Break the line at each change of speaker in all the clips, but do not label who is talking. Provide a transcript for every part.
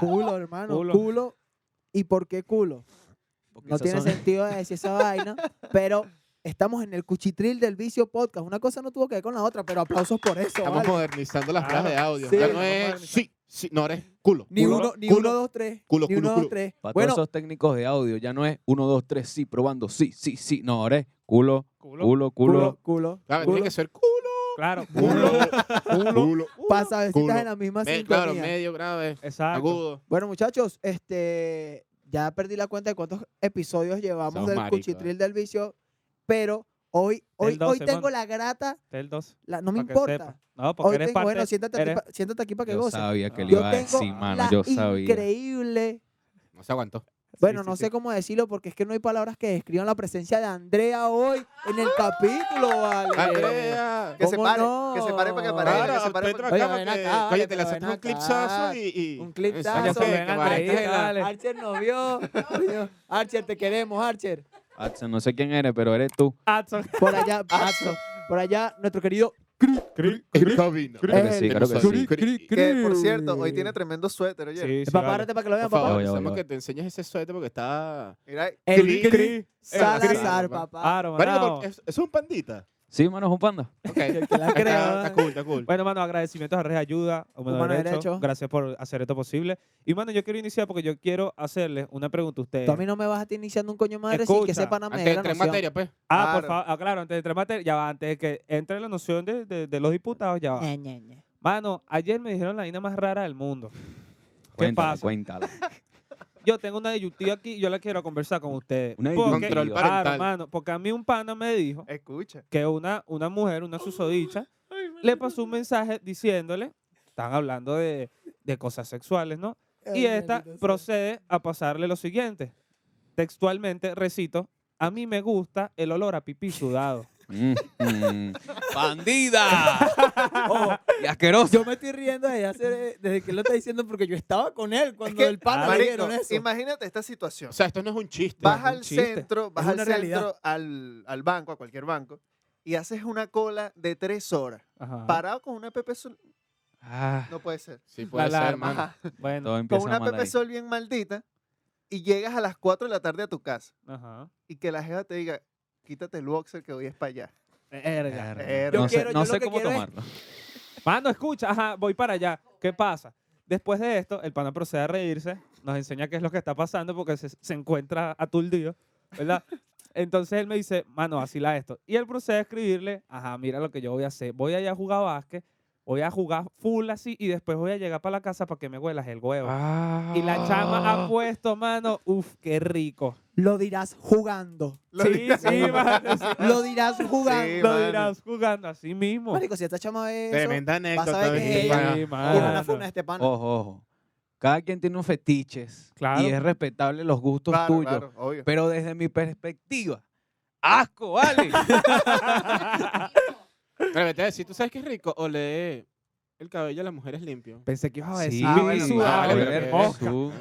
Culo, hermano.
Culo.
Culo. ¿Y por qué culo?
Porque
No
esas
tiene
son-
sentido de decir esa vaina, pero estamos en el cuchitril del vicio podcast. Una cosa no tuvo que ver con la otra, pero aplausos por eso.
Estamos
vale.
modernizando las
Claro.
claves de audio.
Sí,
ya no
estamos
es
modernizando.
sí, sí, no eres culo.
Ni
culo,
uno, ni
culo.
uno, dos, tres.
Culo,
ni
culo,
uno,
culo.
dos, tres.
Para
Bueno,
todos esos técnicos de audio, ya no es 1, 2, 3, sí, probando, sí, sí, sí. No, ahora es culo,
Culo.
culo,
culo,
culo.
culo,
Claro,
culo.
tiene que ser culo.
Claro.
Culo.
Culo. Culo.
culo.
Pasabecitas
culo.
en la misma
Me-
sintonía.
claro, medio grave,
Exacto.
agudo.
Bueno, muchachos, este ya perdí la cuenta de cuántos episodios llevamos
Somos
del
maricos,
cuchitril del vicio, pero hoy, hoy,
El
hoy
12,
tengo
mano.
la grata,
El 2.
la- no me
Para que
importa.
sepa. No, porque
Hoy
eres
tengo,
parte.
bueno, siéntate,
eres-
aquí, pa- siéntate aquí para que
Yo
goces.
sabía que le
Yo
iba a
tengo
decir, mano,
la
yo sabía.
increíble,
No se aguantó.
bueno,
sí,
no
sí.
sé cómo decirlo porque es que no hay palabras que describan la presencia de Andrea hoy en el capítulo,
Ah,
vale.
Andrea.
Que se
¿Cómo
pare,
no?
que se pare para que aparezca.
Ahora,
que se pare
usted
para-
Oye,
trabaja
ven
porque-
acá,
Oye,
vale,
te lanzaste
pero
un
ven
clipsazo
acá.
y, y...
Un clipsazo.
Exacto,
Ven,
que
Andrea,
va a estar en la-
dale.
Archer nos vio. Archer, te queremos, Archer.
Axel, no sé quién eres, pero eres tú.
Adson.
Por allá, Axo. Por allá, nuestro querido
El Tobino.
Creo que sí,
El
creo que
Tobino.
sí.
Que, por cierto, hoy tiene tremendo suéter, oye.
Sí, sí,
papá,
vale.
párate para que lo vean,
Por
papá.
favor,
Voy, voy,
necesitamos
voy.
que te enseñes ese suéter porque está...
Mira,
El
Cri- Ah,
Cris
Cri.
Salazar,
El Cris.
papá.
Claro,
Marico,
mano.
pero ¿es, es un pandita.
Sí, mano, es un panda.
Ok.
Que que la
está,
crea.
está cool, está cool.
Bueno, mano, agradecimientos a Red Ayuda, a Humano
Humano
Derecho.
Derecho.
Gracias por hacer esto posible. Y, mano, yo quiero iniciar porque yo quiero hacerles una pregunta a ustedes.
Tú a mí no me vas a estar iniciando un coño madre sin que
Escucha,
sepa nada
Antes de
de la
entrar en
noción.
materia, pues.
Ah, por
Claro.
favor, ah, claro, antes de entrar en materia, ya va, antes de que entre la noción de, de- de los diputados, ya va.
Ña, Ña, Ña.
Mano, ayer me dijeron la vaina más rara del mundo.
Cuéntala,
pasa?
cuéntala.
Yo tengo una disyuntiva aquí y yo la quiero conversar con ustedes.
Una
porque,
disyuntiva.
Control
Dios.
Claro,
parental.
mano, porque a mí un pana me dijo
escucha.
que una, una mujer, una susodicha, le pasó un mensaje diciéndole, están hablando de, de cosas sexuales, ¿no?
Ay,
Y esta
maldita sea.
procede a pasarle lo siguiente. Textualmente, recito, a mí me gusta el olor a pipí sudado.
Mm, mm. ¡Bandida! ¡Y asqueroso!
Yo me estoy riendo desde, hace- desde que lo está diciendo porque yo estaba con él cuando
que-
el pana le
Marico,
dieron eso.
imagínate esta
O
situación.
sea, esto no es un chiste.
vas
un
al
chiste.
centro, vas al
una realidad.
centro, al, al banco, a cualquier banco, y haces una cola de tres horas.
Ajá.
Parado con una PP Sol.
Ah,
No puede ser.
Sí, puede
La
ser,
alarma.
hermano.
Ajá.
Bueno,
todo
Con
empieza
una
mal
PP
ahí.
Sol bien maldita, y llegas a las 4 de la tarde a tu casa.
ajá.
Y que la jefa te diga, quítate el boxer que voy es para allá.
Yo
No sé,
quiero-
no
yo lo
sé
que
cómo
quiero es-
tomarlo.
Mano, escucha, ajá, voy para allá. ¿Qué pasa? Después de esto, el pana procede a reírse, nos enseña qué es lo que está pasando porque se, se encuentra aturdido, ¿verdad? Entonces él me dice, mano, vacila esto. Y él procede a escribirle, ajá, mira lo que yo voy a hacer. Voy allá a jugar básquet, voy a jugar full así y después voy a llegar para la casa para que me huelas el huevo. Y la chama
Ah.
ha puesto, mano, uff, qué rico.
Lo dirás jugando.
Lo
sí,
dirás-
sí, mano, sí.
Lo dirás jugando.
Sí,
Lo
mano.
dirás jugando así mismo.
Marico, si esta chama ve eso,
Tremenda anécdota.
ver que
¿viste,
ella-
pana?
eh,
Sí,
y van a
mano.
funar a este pana.
Ojo, ojo. Cada quien tiene unos fetiches
Claro.
y es respetable los gustos
Claro,
tuyos.
claro, obvio.
Pero desde mi perspectiva, asco, vale.
Pero vete a decir, ¿tú sabes qué es rico? O le el cabello a las mujeres limpio.
Pensé que ibas a decir
sí,
Ah,
pipí
bueno,
sudado,
vale,
qué
pero-
mosca.
Tú.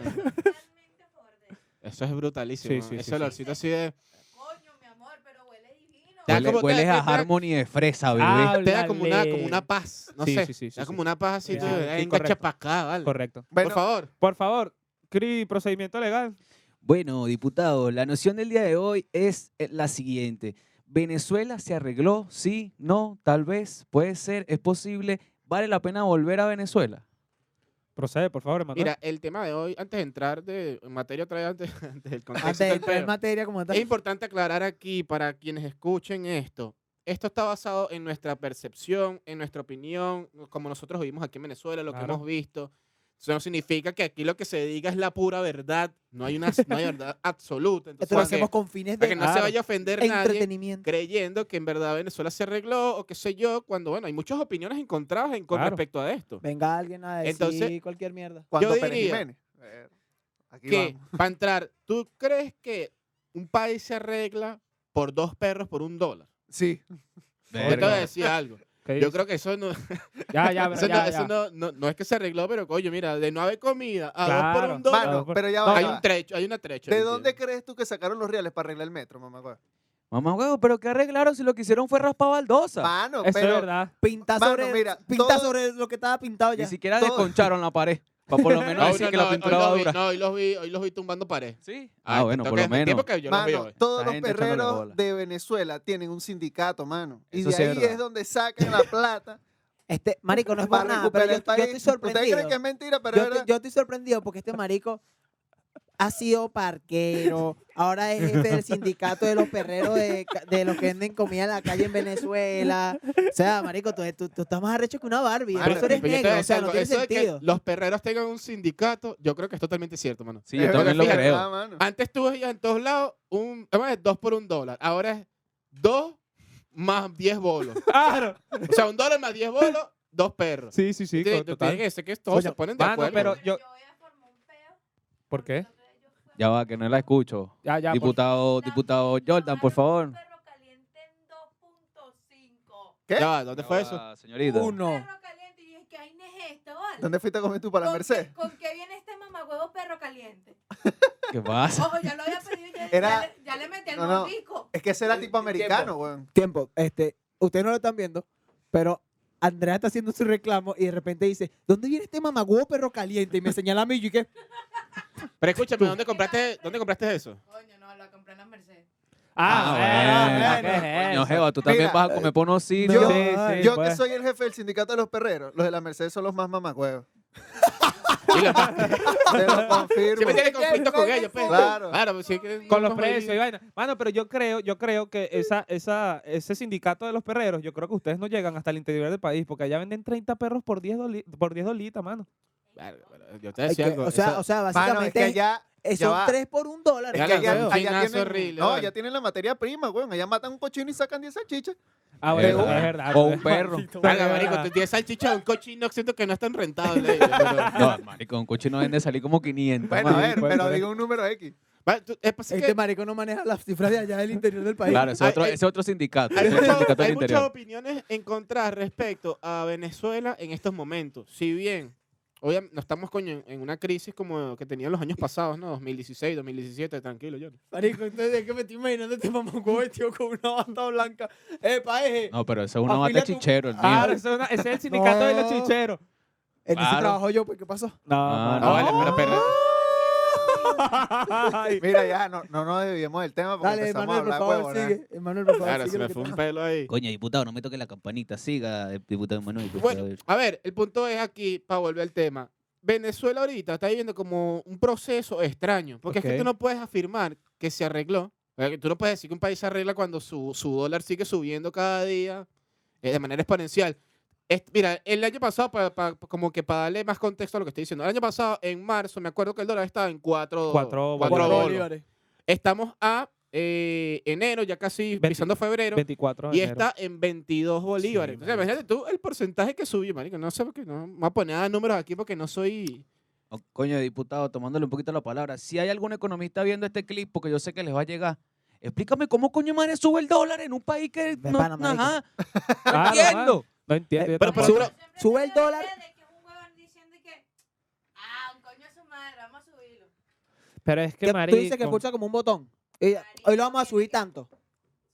Eh, Eso es brutalísimo.
Sí, sí, sí,
Ese
sí.
olorcito así de...
Coño, mi amor, pero huele divino.
Ya
Huele-
como te-
hueles a
te- te-
Harmony de
Ah.
fresa, bebé.
Te da como una, como una
Háblale.
paz. No
Sí,
sé.
sí, sí,
te da
sí,
como
sí.
una paz así.
Sí,
tú,
sí, sí,
"Ay,
correcto.
engancha pa' acá, vale.
Correcto.
Bueno,
Por favor.
Por favor, CRI, procedimiento legal.
Bueno, diputados, la noción del día de hoy es eh, la siguiente. Venezuela se arregló, sí, no, tal vez, puede ser, es posible. ¿Vale la pena volver a Venezuela?
Procede, por favor, hermano.
Mira, el tema de hoy, antes de entrar de, en materia otra vez, antes, antes del contexto.
antes de
del
entrar en
peo,
materia como tal.
es importante aclarar aquí para quienes escuchen esto. Esto está basado en nuestra percepción, en nuestra opinión, como nosotros vivimos aquí en Venezuela, lo que
Claro.
hemos visto. Eso no significa que aquí lo que se diga es la pura verdad. No hay una no hay verdad absoluta. Entonces,
Esto lo
para que-
hacemos con fines
para que
de
no se
Claro.
vaya a ofender nadie
entretenimiento.
creyendo que en verdad Venezuela se arregló o qué sé yo, cuando bueno, hay muchas opiniones encontradas en, con
Claro.
respecto a esto.
Venga alguien a decir
Entonces-
cualquier mierda.
Cuando
yo
Pérez
diría
Jiménez. Eh, aquí
que,
vamos.
para entrar, ¿tú crees que un país se arregla por dos perros por un dólar?
Sí.
Yo te voy a decir algo.
¿Qué
Yo
dices?
creo que eso no, eso
Ya, ya,
no-
ya, ya.
eso no- no- no es que se arregló, pero coño, mira, de no haber comida a dos por
Claro.
un dólar,
Mano,
por-
pero ya va.
hay
ya
un
va.
trecho, hay una trecha.
¿De
¿me
dónde
entiendes?
crees tú que sacaron los reales para arreglar el metro, mamá? huevo?
Mamá huevo, pero ¿qué arreglaron si lo que hicieron fue raspar baldosa?
Mano,
Eso es
pero
verdad.
Pinta
Mano,
sobre,
mira,
pinta
todo-
sobre lo que estaba pintado
Ah,
Ni
ya.
siquiera
todo-
desconcharon la pared. Para por lo menos decir que la pintura va a
hoy los vi,
durar.
Ah, no, hoy los vi, hoy los vi tumbando pared.
Sí.
Ay,
Ah, bueno,
tengo
por
que
lo
desmentir
menos.
porque yo los eh. vi
Mano,
hoy.
todos
Esa
los
gente echándole bola.
perreros de Venezuela tienen un sindicato, mano. Y
Eso
de
sí es
ahí
verdad.
es donde sacan la plata
Este, marico, no es
para
para nada, pero
recuperar
yo,
el
yo
país.
estoy sorprendido.
Ustedes creen que es mentira, pero
yo,
es
te-
verdad.
yo estoy sorprendido porque este marico ha sido parquero, ahora es jefe del sindicato de los perreros de, ca- de los que venden comida en la calle en Venezuela. O sea, marico, tú, tú- tú estás más arrecho que una Barbie.
Mano,
por eso eres
pero yo te
negro,
voy a
o sea, no
decir
tiene
algo, eso de que
sentido.
los perreros tengan un sindicato, yo creo que es totalmente cierto, mano.
Sí, yo
Es
también lo
verdad, Ah,
creo.
mano.
Antes tú veías en todos lados un, además es dos por un dólar. Ahora es dos más diez bolos.
Claro.
o sea, un dólar más diez bolos, dos perros.
Sí, sí, sí.
Tiene-
co-
tiene
total.
que ser que todos
Coño,
se ponen de
mano,
acuerdo.
pero- yo-
voy a formar un peo.
¿Por qué?
porque yo fui a-
Ya va, que no la escucho.
Ya, ya. por-
diputado, diputado Jordan, por favor.
Un perro caliente en 2.5.
¿Eh?
¿Qué?
Ya va, ¿dónde fue eso?
Ah, Señorita.
Uno.
Perro caliente. Y dije, ¿qué vaina es esta, vale?
¿Dónde fuiste a comer tú para la
¿Con
Merced?
qué- ¿Con qué viene este mamagüevo perro caliente?
¿Qué pasa?
Ojo, ya lo había pedido y ya,
Era-
ya le, ya le metí al
No, no.
mordisco.
Es que ese era tipo americano, weón.
Tiempo, este, ustedes no lo están viendo, pero Andrea está haciendo su reclamo y de repente dice, ¿dónde viene este mamagüevo perro caliente? Y me señala a mí y que,
Pero escúchame, ¿dónde compraste, ¿dónde compraste eso?
Coño, no, lo compré en las Mercedes.
Ah,
Ah,
bueno. ¿qué es
Coño,
eso?
Jeva, tú también
Mira,
vas a comer por unos sitios.
yo-
Sí,
Yo que
pues.
soy el jefe del sindicato de los perreros, los de la Merced son los más mamagüeos.
Y la-
Te lo confirmo.
Siempre tiene conflictos con ellos, pues.
Claro.
Claro, pues, sí es que-
Con los
¿cómo es?
precios y vaina. Mano, pero yo creo, yo creo que esa, esa, ese sindicato de los perreros, yo creo que ustedes no llegan hasta el interior del país, porque allá venden 30 perros por 10, doli- por 10 dolitas, mano.
Verga, bueno, Yo te
"Ay, que-
decía algo.
o, sea,
esa-
o sea,
Mano, es que
básicamente
allá
es-
ya
son
va.
tres por un dólar. Este
Es
Ya
que allá-
lanzó un
allá
chinazo
tienen,
horrible,
no,
vale.
ya tienen la materia prima, weón. Allá matan un cochino y sacan 10 salchichas.
Ah,
Es
bueno,
verdad.
es verdad.
O un perro.
Verga, marico, te tienes salchicha de un cochino que siento que no es tan rentable. ellos, pero-
No, marico, un coche no vende salir como 500.
Bueno,
mano.
a ver,
pues,
puede
pero
ser.
digo un número X.
Va, tú- es pues, es
Este
que
marico no maneja las cifras de allá del interior del país.
Claro, ese es otro,
Hay- hay-
ese es otro sindicato. ese
hay,
es el
mucha-
sindicato del
hay muchas
interior.
opiniones encontradas respecto a Venezuela en estos momentos. Si bien, hoy no estamos coño en- en una crisis como que tenían los años pasados, ¿no? 2016, 2017, tranquilo, yo.
Marico, entonces es que me estoy imaginando este mamagüevo vestido con una bata blanca. ¡Epa, eje!
No, pero ese es una bata
Afila tu-
chichero, el mío.
Claro, ese es, una- ese es el sindicato de los
No.
chicheros.
En ese
Claro.
trabajo yo, pues, ¿qué pasó?
No, mano.
Ah,
No, vale, pero perro.
Ay.
Mira, ya, no, no nos desviemos del tema porque
Dale,
empezamos a
Emanuel, por
hablar
favor,
huevonadas.
sigue. Emanuel, por favor,
Claro,
sigue
se
lo
me
que
fue
te-
un pelo ahí.
Coño, diputado, no me toque la campanita. Siga, eh, diputado Manuel.
Pues,
por
Bueno,
favor.
a ver, el punto es aquí, para volver al tema. Venezuela ahorita está viviendo como un proceso extraño, porque es
Ok.
que tú no puedes afirmar que se arregló. ¿verdad? Que Tú no puedes decir que un país se arregla cuando su, su dólar sigue subiendo cada día eh, de manera exponencial. Es- mira, el año pasado, pa- pa- como que para darle más contexto a lo que estoy diciendo, el año pasado, en marzo, me acuerdo que el dólar estaba en 4
Cuatro
Cuatro
bolos.
bolívares.
Estamos a eh, enero, ya casi
Veinti-
pisando febrero.
24 de
Y
enero.
está en 22 bolívares.
Sí,
o sea,
marico.
imagínate tú el porcentaje que subió, marico. No sé porque no me voy a poner a números aquí porque no soy.
O- Oh, Coño, diputado, tomándole un poquito la palabra. Si hay algún economista viendo este clip, porque yo sé que les va a llegar, explícame cómo coño madre sube el dólar en un país que
De
no,
pana, marico.
ajá,
Claro,
no
mano.
entiendo.
Ah, No entiendo.
Eh,
yo
pero-
tampoco.
pero-
Siempre
Sube el
he tenido la
dólar.
idea de que es un huevón diciendo que, ah, un coño a su madre, vamos a subirlo.
pero es que,
Que
marico.
Tú dices que pulsa como un botón. Y Eh, hoy lo vamos a subir tanto.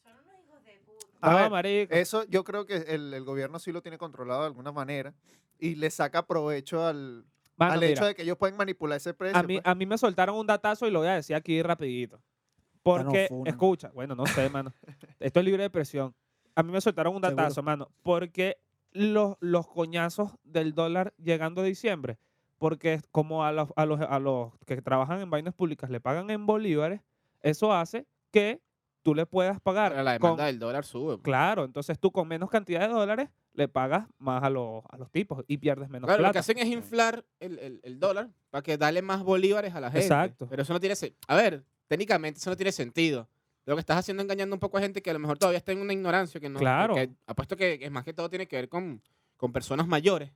Son unos hijos de puta.
A
No,
ver, eh,
marico.
Eso yo creo que el, el gobierno sí lo tiene controlado de alguna manera y le saca provecho al,
Mano,
al
mira.
hecho de que ellos pueden manipular ese precio.
a mí,
pues.
a mí me soltaron un datazo y lo voy a decir aquí rapidito.
Ah, no,
Porque,
funa.
escucha, bueno, no sé, mano. Esto es libre de presión. A mí me soltaron un
Seguro.
datazo, mano. Porque los, los coñazos del dólar llegando a diciembre, porque es como a los, a, los, a los que trabajan en vainas públicas le pagan en bolívares, eso hace que tú le puedas pagar.
La demanda
con-
del dólar sube. pues.
claro, entonces tú con menos cantidad de dólares le pagas más a los, a los tipos y pierdes menos
Claro, lo que
plata.
hacen es inflar el, el- el dólar para que darle más bolívares a la gente.
Exacto.
Pero eso no tiene sentido. A ver, técnicamente eso no tiene sentido. Lo que estás haciendo es engañando un poco a gente que a lo mejor todavía está en una ignorancia. Que no,
Claro.
que apuesto que es más que todo tiene que ver con, con personas mayores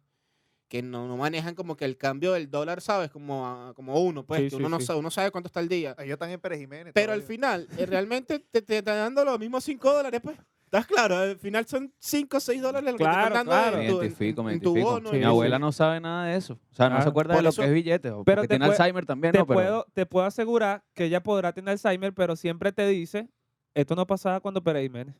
que no, no manejan como que el cambio del dólar, ¿sabes? Como, a- como uno, pues.
Sí,
que
sí,
uno, no
sí.
sabe, uno sabe cuánto está el día.
Ellos están en Pérez Jiménez.
Pero al
todavía.
final, eh, realmente te, te están dando los mismos 5 dólares, pues. ¿Estás claro? Al final son 5 o 6 dólares lo que
Claro,
te están dando
claro.
Me
en, tu, en-
identifico, me
en tu
identifico.
bono.
Sí,
Mi
en-
sí.
abuela no sabe nada de eso. O sea, no se
Claro.
acuerda de
Ah, Por
lo
eso-
que es billete.
Pero
o
te
porque tiene
puedo-
Alzheimer también,
te,
¿no? Pero-
puedo, te puedo asegurar que ella podrá tener Alzheimer, pero siempre te dice, esto no pasaba cuando Pérez Jiménez.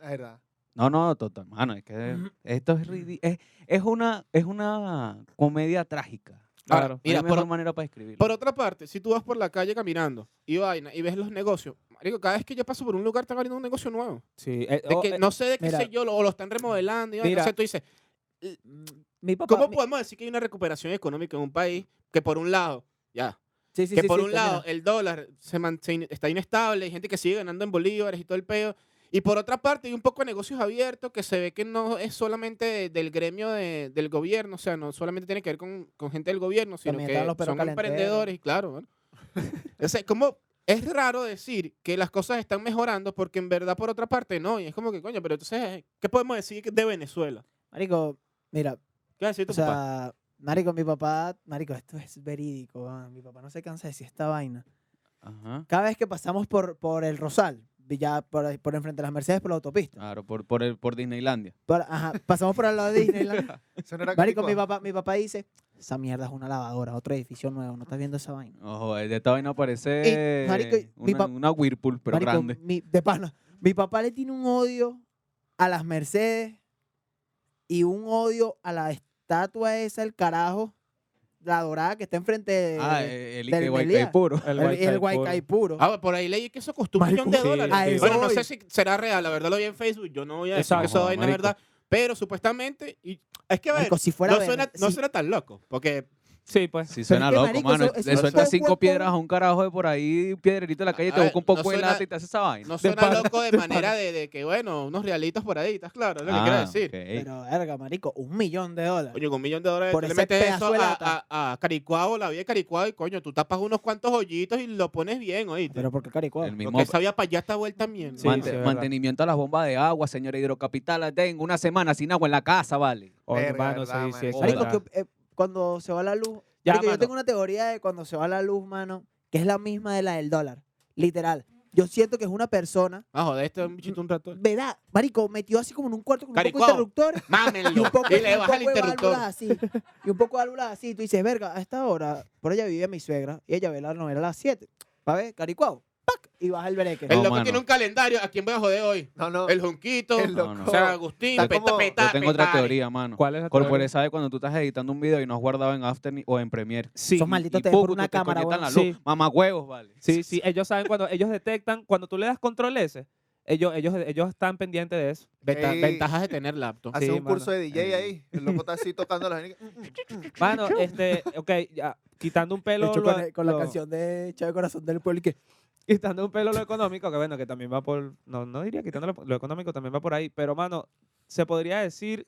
Es verdad.
No, no, total, mano, es que esto es, ridi- es, es una, es una comedia trágica.
Ahora,
Claro.
mira,
no hay mejor
por,
manera para escribirlo.
por otra parte, si tú vas por la calle caminando y vaina y ves los negocios, marico, cada vez que yo paso por un lugar está abriendo un negocio nuevo.
Sí, eh,
De
o-
que
eh,
no sé de qué
mira.
sé yo, lo- o lo están remodelando. Y vaina.
Mira.
O sea, tú dices,
mi papá.
¿cómo
mi-
podemos decir que hay una recuperación económica en un país que por un lado, ya,
Sí, sí,
que
sí,
por
sí,
un
termina.
lado el dólar se mantiene- está inestable, hay gente que sigue ganando en bolívares y todo el peo. Y por otra parte, hay un poco de negocios abiertos que se ve que no es solamente de- del gremio de- del gobierno, o sea, no solamente tiene que ver con, con gente del gobierno, sino
También
que
están los perros
son
calenteros.
emprendedores, y claro. bueno. O sea, como es raro decir que las cosas están mejorando porque en verdad, por otra parte, no. Y es como que, coño, pero entonces, ¿qué podemos decir de Venezuela?
Marico, mira,
¿Qué va a decir tu
o
papá?
sea, marico, mi papá, marico, esto es verídico, ah, mi papá no se cansa de decir esta vaina.
Ajá.
Cada vez que pasamos por, por el Rosal, ya por, por enfrente de las Mercedes, por la autopista,
Claro, por, por, el, por Disneylandia.
por- ajá, pasamos por al lado de Disneyland,
Eso no era
marico, mi
Capicúa.
papá, mi papá dice, esa mierda es una lavadora, otro edificio nuevo, no estás viendo esa vaina.
Ojo, eh, de esta vaina parece
Y, marico, y mi
una,
pap-
una Whirlpool, pero
Marico,
grande.
mi- de pana. Mi papá le tiene un odio a las Mercedes y un odio a la estatua esa, el carajo, la dorada que está enfrente de-
Ah, eh, el
del
Ike Guaycay
Meliá.
puro.
el
el, el Guaycaipuro.
Guaycaipuro.
Ah, por ahí leí que eso costó un
Marico,
millón de
sí,
dólares.
sí.
Bueno, no
Eso
sé
hoy.
si será real, la verdad lo vi en Facebook. Yo no voy a decir
Exacto.
que eso
Joda,
vaina es
marico.
verdad. Pero supuestamente, y es que a ver,
Marico, si fuera
no,
Vene-
suena, no
si-
suena tan loco. Porque
Sí, pues.
Sí, suena
que,
loco,
marico,
mano.
eso- eso
Le
es
sueltas
todo
cinco
cuerpo-
piedras a un carajo de por ahí, un piedrerito de la calle,
A
te
ver,
busca un poco
Ah, no
de
suena-
lata y te hace esa vaina.
no suena
pana,
loco de,
de
manera de, de que, bueno, unos realitos por ahí, ¿estás claro? Es lo que quiero
Ah,
decir.
ok.
Pero, verga, marico, un millón de dólares.
Coño, con un millón de dólares
Por
tú le
ese
metes
pedazo
eso
de
a,
lata.
a- a Caricuado, la vida de Caricuado, y coño, tú tapas unos cuantos hoyitos y lo pones bien, oíste.
Pero porque carico.
El mismo
porque esa vía para allá está vuelta mierda.
Sí,
mante-
sí, es verdad.
mantenimiento a las bombas de agua, señora hidrocapital. Tengo una semana sin agua en la casa, vale.
Oye,
Verga,
mano, sí, sí,
verdad, mano.
eso es
Marico,
verdad.
que, eh, cuando se va la luz.
Ya,
marico,
mano.
yo tengo una teoría de cuando se va la luz, mano, que es la misma de la del dólar. Literal. Yo siento que es una persona,
Ah, joder, este es un bichito un rato.
¿verdad? Marico, metió así como en un cuarto con un poco de
Caricuao.
interruptor Y
Mámenlo.
un poco,
Y
y
le
un
baja el
poco de
interruptor.
válvulas así. Y un poco de válvulas así. Tú dices, verga, a esta hora, por allá vive mi suegra y ella ve la novela a las 7. Pa' ver, caricuao. ¡Pac! Y baja el bereque.
El
No,
loco
mano.
tiene un calendario. ¿A quién voy a joder hoy?
No, no.
El Junquito,
el
No, no.
loco.
o sea, Agustín,
Está
peta,
como-
peta,
Yo tengo otra
petare.
teoría, mano.
¿Cuál es la
Corporé
teoría?
sabe cuando tú estás editando un video y no has guardado en After ni- o en Premiere.
Sí,
Son malditos te ven por una cámara,
Mamá
weón. Sí.
huevos, vale.
Sí, sí, ellos saben cuando ellos detectan, cuando tú le das control S, ellos, ellos, ellos están pendientes de eso.
Venta-
Ey.
Ventajas de tener laptop.
Hace
Sí,
un curso
mano. Eh.
de DJ
Ey.
ahí. El loco está así tocando las vainas.
Mano, este, ok, ya, quitando un
De
pelo.
hecho,
lo-
con, el- con la
lo-
canción de Chávez Corazón del Pueblo y que
Quitando un pelo lo económico, que bueno, que también va por. No, no diría quitando lo, lo económico, también va por ahí. Pero, mano, se podría decir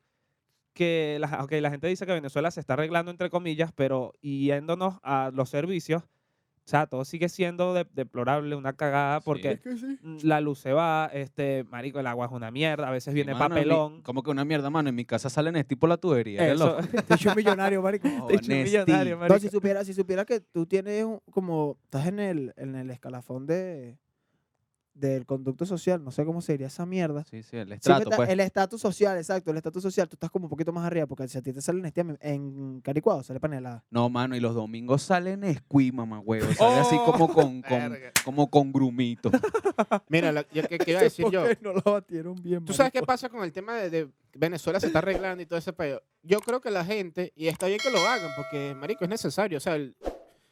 que la, ok, la gente dice que Venezuela se está arreglando, entre comillas, pero yéndonos a los servicios, o sea, todo sigue siendo de- deplorable, una cagada,
Sí.
porque mm, la luz se va, este, marico, el agua es una mierda, a veces viene
Mano, en mi-
papelón.
Como que una mierda, mano. En mi casa salen este tipo la tubería. eres
Eso-
loco.
te hice un millonario, marico.
Oh,
Te he dicho un
Nesti.
millonario,
No,
marico.
si supieras si supiera que tú tienes un- como. Estás en el, en el escalafón de del conducto social, no sé cómo sería esa mierda.
Sí, sí, el
Siempre
estrato,
está-
pues.
El estatus social, exacto, el estatus social, tú estás como un poquito más arriba, porque si a ti te sale Nestí, a mí- en Caricuado sale panelada.
No, mano, y los domingos salen escuí, mamá huevo. Sale así
Oh,
como con, con,
Verga.
como con grumito.
Mira, lo yo que, que iba a decir yo.
no lo batieron bien.
¿Tú sabes qué pasa con el tema de, de Venezuela se está arreglando y todo ese pedo? Yo creo que la gente, y está bien que lo hagan, porque, marico, es necesario. O sea, el-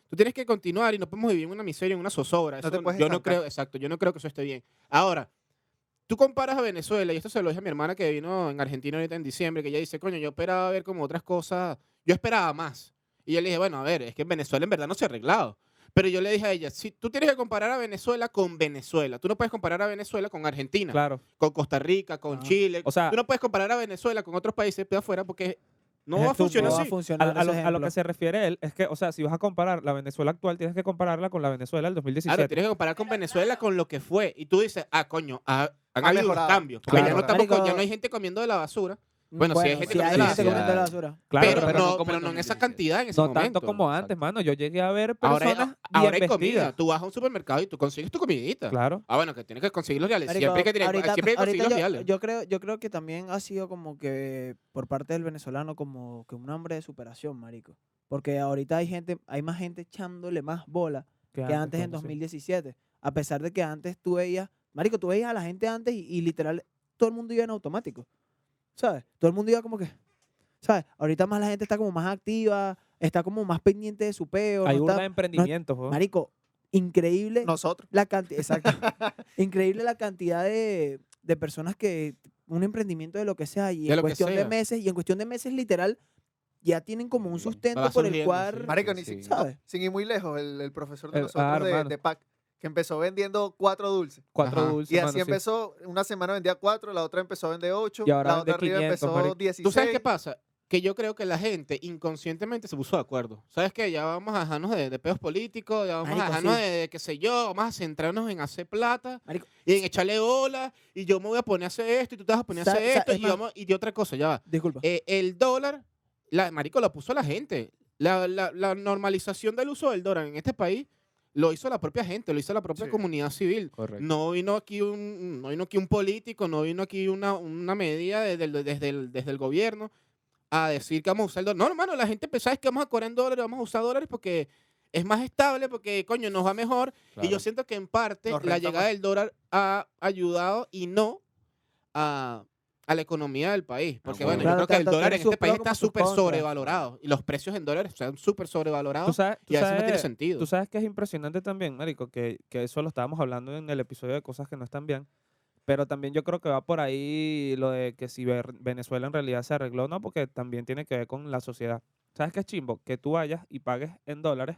tú tienes que continuar y no podemos vivir en una miseria, en una zozobra.
No
Eso
te puedes
yo no
estancar.
creo, exacto, yo no creo que eso esté bien. Ahora, tú comparas a Venezuela, y esto se lo dije a mi hermana que vino en Argentina ahorita en diciembre, que ella dice, coño, yo esperaba ver como otras cosas, yo esperaba más. Y yo le dije, bueno, a ver, es que en Venezuela en verdad no se ha arreglado. Pero yo le dije a ella, si tú tienes que comparar a Venezuela con Venezuela, tú no puedes comparar a Venezuela con Argentina
Claro.
con Costa Rica, con
Ajá.
Chile.
O sea-
tú no puedes comparar a Venezuela con otros países de afuera porque no
Es
va a
estúpido,
funcionar
no va a
así.
A,
funcionar
a lo,
ese
a lo que
ejemplo.
se refiere él es que, o sea, si vas a comparar la Venezuela actual, tienes que compararla con la Venezuela del
Claro,
2017.
tienes que comparar con Venezuela con lo que fue. Y tú dices, ah, coño, ah, han
Ha
habido unos
mejorado.
cambios. Porque
Claro.
ya, no estamos con-
Marico.
ya no hay gente comiendo de la basura. Bueno, sí hay gente
sí
comiendo
hay
la
gente
basura.
comiendo la basura.
Claro,
pero,
pero
no,
no como
pero
en
no en esa
2017.
cantidad, en ese
No
momento.
tanto como antes, mano. Yo llegué a ver
Ahora,
personas bien
ahora hay comida.
vestidas.
Tú vas a un supermercado y tú consigues tu comidita.
Claro.
Ah, bueno, que tienes que conseguir los reales.
Marico,
Siempre hay que, tener-
ahorita-
siempre hay que
ahorita
conseguir los
yo,
reales.
yo creo, yo creo que también ha sido como que por parte del venezolano como que un hambre de superación, marico. Porque ahorita hay gente, hay más gente echándole más bola que antes en
cuando sí.
2017. A pesar de que antes tú veías, marico, tú veías a la gente antes y, y literal todo el mundo iba en automático. ¿Sabes? Todo el mundo iba como que, ¿sabes? Ahorita más la gente está como más activa, está como más pendiente de su peo.
Hay
no
burda
está-
de emprendimientos, weón.
Marico, increíble
Nosotros.
la cantidad, exacto. Increíble la cantidad de, de personas que un emprendimiento de lo que sea y
De
en
lo que
cuestión de
sea.
meses y en cuestión de meses literal ya tienen como un
Va
sustento por el
surgiendo,
cual
sí.
Marico, ni
Sí.
si-
¿Sabes?
sin ir muy lejos, el, el profesor de
El- ah,
nosotros de- de,
hermano.
PAC, que empezó vendiendo cuatro dulces.
Cuatro
Ajá.
dulces.
Y así
mano, sí.
empezó, una semana vendía cuatro, la otra empezó a vender ocho,
Y ahora
la
vende
otra arriba
500,
empezó
marico.
16.
¿Tú sabes qué pasa? Que yo creo que la gente inconscientemente se puso de acuerdo. ¿Sabes qué? Ya vamos a dejarnos de, de peos políticos, ya vamos a
Marico,
dejarnos
sí.
de, de qué sé yo, vamos a centrarnos en hacer plata
Marico.
y en echarle ola y yo me voy a poner a hacer esto y tú te vas a poner a
Sa-
hacer
sa-
esto
es
y,
más-
vamos, y de otra cosa, ya va.
Disculpa.
Eh, el dólar, la, marico, lo puso la gente. La, la- la normalización del uso del dólar en este país lo hizo la propia gente, lo hizo la propia
Sí.
comunidad civil.
Correcto.
No vino aquí un, no vino aquí un político, no vino aquí una, una medida desde el, desde, el, desde el gobierno a decir que vamos a usar el dólar. No, hermano, la gente pensaba "Es que vamos a cobrar en dólares, vamos a usar dólares porque es más estable, porque coño, nos va mejor. Y yo siento que en parte
Nos
la
renta
llegada
más.
del dólar ha ayudado y no a, a la economía del país.
Ah,
Porque
bueno.
bueno,
Claro,
yo creo que el
tanto
dólar
tiene
en
sus
este país
pros como
está
sus
súper
contras.
sobrevalorado. Y los precios en dólares están súper
Tú
sobrevalorados.
sabes, tú
Y a veces no tiene
sabes-
sentido.
Tú sabes que es impresionante también, Marico, que, que eso lo estábamos hablando en el episodio de cosas que no están bien. Pero también yo creo que va por ahí lo de que si Ver- Venezuela en realidad se arregló o no, porque también tiene que ver con la sociedad. ¿Sabes qué es chimbo? Que tú vayas y pagues en dólares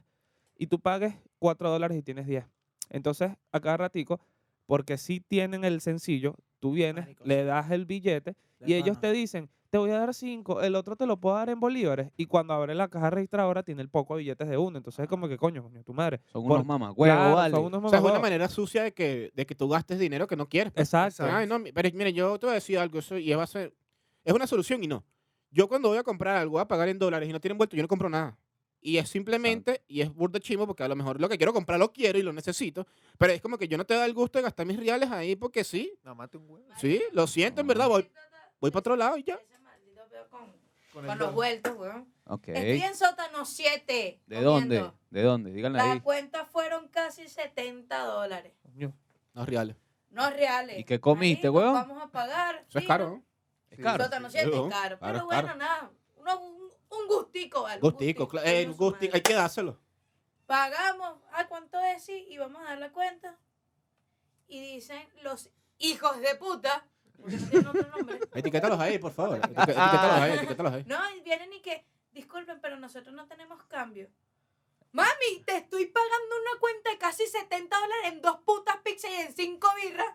y tú pagues 4 dólares y tienes 10. Entonces, a cada ratico, porque si tienen el sencillo, tú vienes,
Marico,
le
sí.
das el billete y ellos te dicen, te voy a dar cinco, el otro te lo puedo dar en bolívares. Y cuando abre la caja registradora tiene el poco de billetes de uno. Entonces es como que, coño, coño, tu madre.
Son
Por-
unos mamagüevos,
Claro, son
vale.
unos
O sea, es una
mamahuevos.
manera sucia de que, de que tú gastes dinero que no quieres. pues.
Exacto.
Exacto.
Ay, no, mi- pero mire, yo te voy a decir algo, eso y va a ser, es una solución y no. Yo cuando voy a comprar algo, voy a pagar en dólares y no tienen vuelto, yo no compro nada. Y es simplemente, y es burda chimo, porque a lo mejor lo que quiero comprar lo quiero y lo necesito, pero es como que yo no te da el gusto de gastar mis reales ahí porque sí,
No, mate un huevo.
sí, lo siento, en verdad, voy, voy para otro lado y ya.
Ese maldito peo con,
Con el
con los
don.
vueltos, weón.
Ok.
Estoy en sótano 7.
¿De dónde? ¿De dónde? Díganle
La
ahí.
cuenta fueron casi 70 dólares.
Coño.
Los reales.
No reales.
¿Y qué comiste,
Marico,
weón?
Vamos a pagar.
Eso es
fino.
caro, ¿no?
Es
Sí,
caro.
Sótano 7
Claro,
es caro.
claro,
Pero bueno,
caro.
nada. uno- un, un gustico, ¿vale? Un
Gustico, cla-
coño
eh,
su
gusti-
madre.
hay que dárselo.
Pagamos. ¿A cuánto es? Sí, y vamos a dar la cuenta. Y dicen los hijos de puta. Porque no tienen otro nombre.
Etiquétalos ahí, por favor. Etiqué-
Ah.
Etiquétalos ahí, etiquétalos ahí.
No, y vienen y que, disculpen, pero nosotros no tenemos cambio. Mami, te estoy pagando una cuenta de casi 70 dólares en dos putas pizzas y en cinco birras.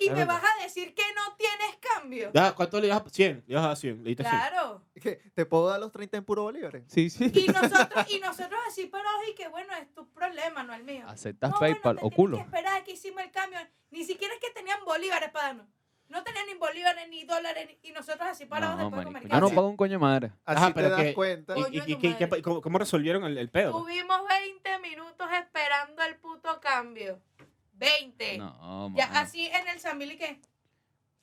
Y
Es
me
verdad.
vas a decir que no tienes cambio.
Ya, ¿Cuánto le das? 100, le das a 100, le diste 100.
Claro.
¿Qué? ¿Te puedo dar los 30 en puro bolívares?
Sí, sí.
Y nosotros, y nosotros así parados y que bueno, es tu problema, no el mío.
¿Aceptas
No, bueno,
PayPal
te
o
tienes
culo?
Que esperar que hicimos el cambio. Ni siquiera es que tenían bolívares para darnos. No tenían ni bolívares ni dólares ni- y nosotros así parados
No,
después de
marico.
comer
Yo no
Sí.
pago un coño de madre.
Así
Ajá,
te
pero
das
que-
cuenta.
Coño
¿Y, y-
de tu
qué- qué-
madre.
cómo, cómo resolvieron el, el pedo?
Tuvimos 20 minutos esperando el puto cambio. 20.
No,
ya,
mano.
así en el Samil y que.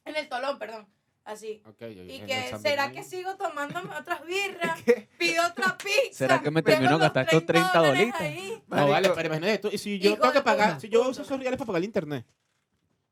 En el Tolón, perdón. Así.
Ok,
Y
en el
que,
San
¿será
Miguel.
que sigo tomándome otras birras?
¿Qué?
Pido otra pizza.
¿Será que me
tengo
termino
los
gastando 30
dólares
dolitas?
ahí.
No, vale,
Marico.
pero imagínate tú. Y si yo
Hijo
tengo que
de
pagar,
puta.
si yo uso esos reales para pagar el internet,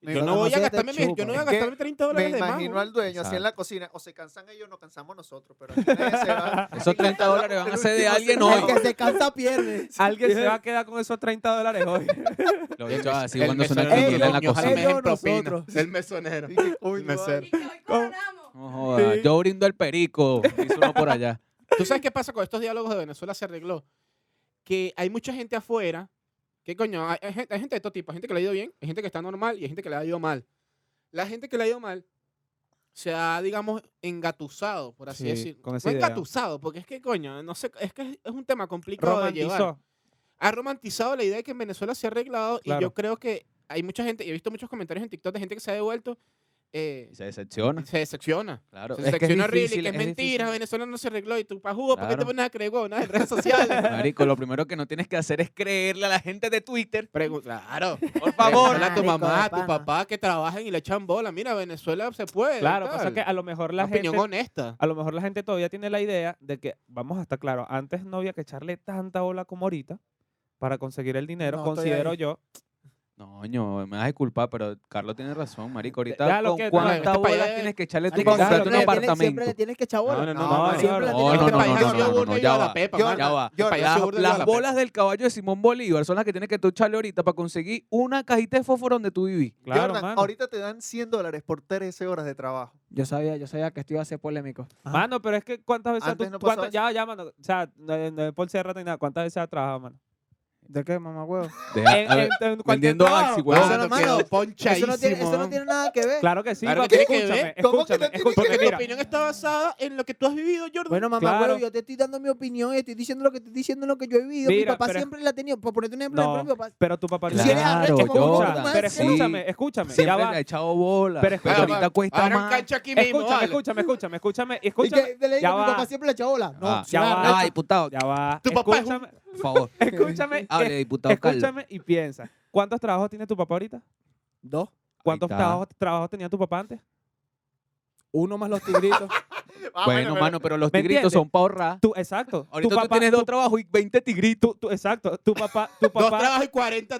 yo no
no
voy
se
a
te
gastarme, mis- yo no voy a
chupa. Es que
gastarme 30
Me
dólares de más.
imagino
güey.
al dueño así en la cocina. O se cansan ellos, nos cansamos nosotros. Pero aquí nadie se va.
Esos 30 dólares van a ser de alguien
No,
hoy.
El que se cansa pierde.
Alguien se va a quedar con esos 30 dólares hoy.
Lo he dicho así
El
cuando suena el
mesonero,
quinquela en la
coño, ojalá
cocina.
me
Ellos,
dejen propina.
nosotros.
El mesonero.
Y que, uy,
El
no
mesero.
Y que hoy cobramos.
No joda,
Sí.
Yo brindo el perico. Dice uno por allá.
¿Tú sabes qué pasa con estos diálogos de Venezuela? Se arregló. Que hay mucha gente afuera. Que coño, hay, hay gente, hay gente de todo tipo. Hay gente que le ha ido bien, hay gente que está normal y hay gente que le ha ido mal. La gente que le ha ido mal se ha, digamos, engatusado, por así
Sí,
decir.
con esa
no
idea.
engatusado, porque es que, coño, no sé, es que es, es un tema complicado de llevar.
Romantizó.
ha romantizado la idea de que en Venezuela se ha arreglado y yo
Claro.
creo que hay mucha gente, y he visto muchos comentarios en TikTok de gente que se ha devuelto, eh,
Y se decepciona.
se decepciona.
Claro.
Se
Es que es
decepciona horrible y
difícil,
que es,
es
mentira,
difícil.
Venezuela no se arregló y tú pa' jugo, ¿por qué te
Claro.
pones a creer huevonadas en redes sociales?
Marico, lo primero que no tienes que hacer es creerle a la gente de Twitter.
Pregu- claro.
Por favor.
Pregúntale a tu
Marico,
mamá,
de
a tu
pana.
papá que trabajan y le echan bola. Mira, Venezuela se puede.
Claro,
tal.
pasa que a lo mejor la
Una
gente.
opinión honesta.
A lo mejor la gente todavía tiene la idea de que, vamos a estar claro, antes no había que echarle tanta bola como ahorita para conseguir el dinero,
No, estoy
considero
ahí.
yo.
No, ño, me vas a disculpar, pero Carlos tiene razón, marico. Ahorita,
ya lo
¿con
que-
Bueno,
cuántas
este país
bolas
es-
tienes que echarle tú
Marico,
para
Marico,
comprarte
siempre
un
le tienes- Siempre le
apartamento?
tienes que echar bola.
No, no,
No,
no,
marico.
siempre la
No,
tienes
no,
que
no,
tomar.
no, no, no, no, ya va.
Pepa,
Jordan,
Ya va.
Jordan,
Payaso
Las,
burda de
las
la pepa.
bolas del caballo de Simón Bolívar son las que tienes que tú echarle ahorita para conseguir una cajita de fósforo donde tú vivís.
Claro,
Jordan,
mano.
ahorita te dan 100 dólares por 13 horas de trabajo.
Yo sabía, yo sabía que esto iba a ser polémico.
Mano, pero es que cuántas veces
Antes
tú,
no pasaba
cuántas- ya, ya, mano, o sea, no, eh, no es por ser rata ni nada, cuántas veces has trabajado, mano.
¿De qué, mamá huevo?
Deja-
En-
a
en-
ver,
en cualquier
vendiendo
trabajo.
Axi,
Eso
huevón.
no,
Cuando
mano,
quedó
eso Eso no tiene, eso no
ponchadísimo.
tiene nada que ver.
Claro que sí,
Claro que
papi,
tiene que
escúchame,
ver.
¿Cómo que no
escúchame,
tiene
escúchame,
que
Porque tu
mira.
opinión está basada en lo que tú has vivido, Jordan.
Bueno, mamá,
Claro.
huevo, yo te estoy dando mi opinión y estoy diciendo lo que te estoy diciendo, lo que yo he vivido. mi
Mira,
papá
pero-
siempre la ha tenido. Por ponerte un ejemplo,
No.
mi propio papá.
Pero tu papá
Tú sí eres arrecho
Claro,
como un
Escucha,
mamá,
pero
sí.
escúchame, escúchame, ya
Siempre
va.
le ha echado bolas.
Pero
Pero,
escucha-
ahorita cuesta
Ahora en
más.
cancha aquí mismo,
Escúchame,
vale.
escúchame, escúchame, escúchame,
Y
escúchame.
que le digo,
ya
mi
va.
papá siempre le echa bola. No,
Ah,
sí,
ya
la-
va.
la-
Ah, diputado.
Ya va.
Tu papá es un-
escúchame,
Por favor.
escúchame,
Hable,
eh,
diputado Carlos.
escúchame y piensa. ¿Cuántos trabajos tiene tu papá ahorita?
Dos.
¿Cuántos
está.
trabajos, trabajos tenía tu papá antes?
Uno más los tigritos.
Ah,
Bueno, mano, pero los
¿Me
tigritos
entiendes?
son para ahorrar.
Tú, exacto.
Ahorita
tu
tú
papá,
tienes
tu-
dos trabajos y 20 tigritos.
tú- tú- exacto. Tu papá, tu
Dos
papá,
trabajos y 40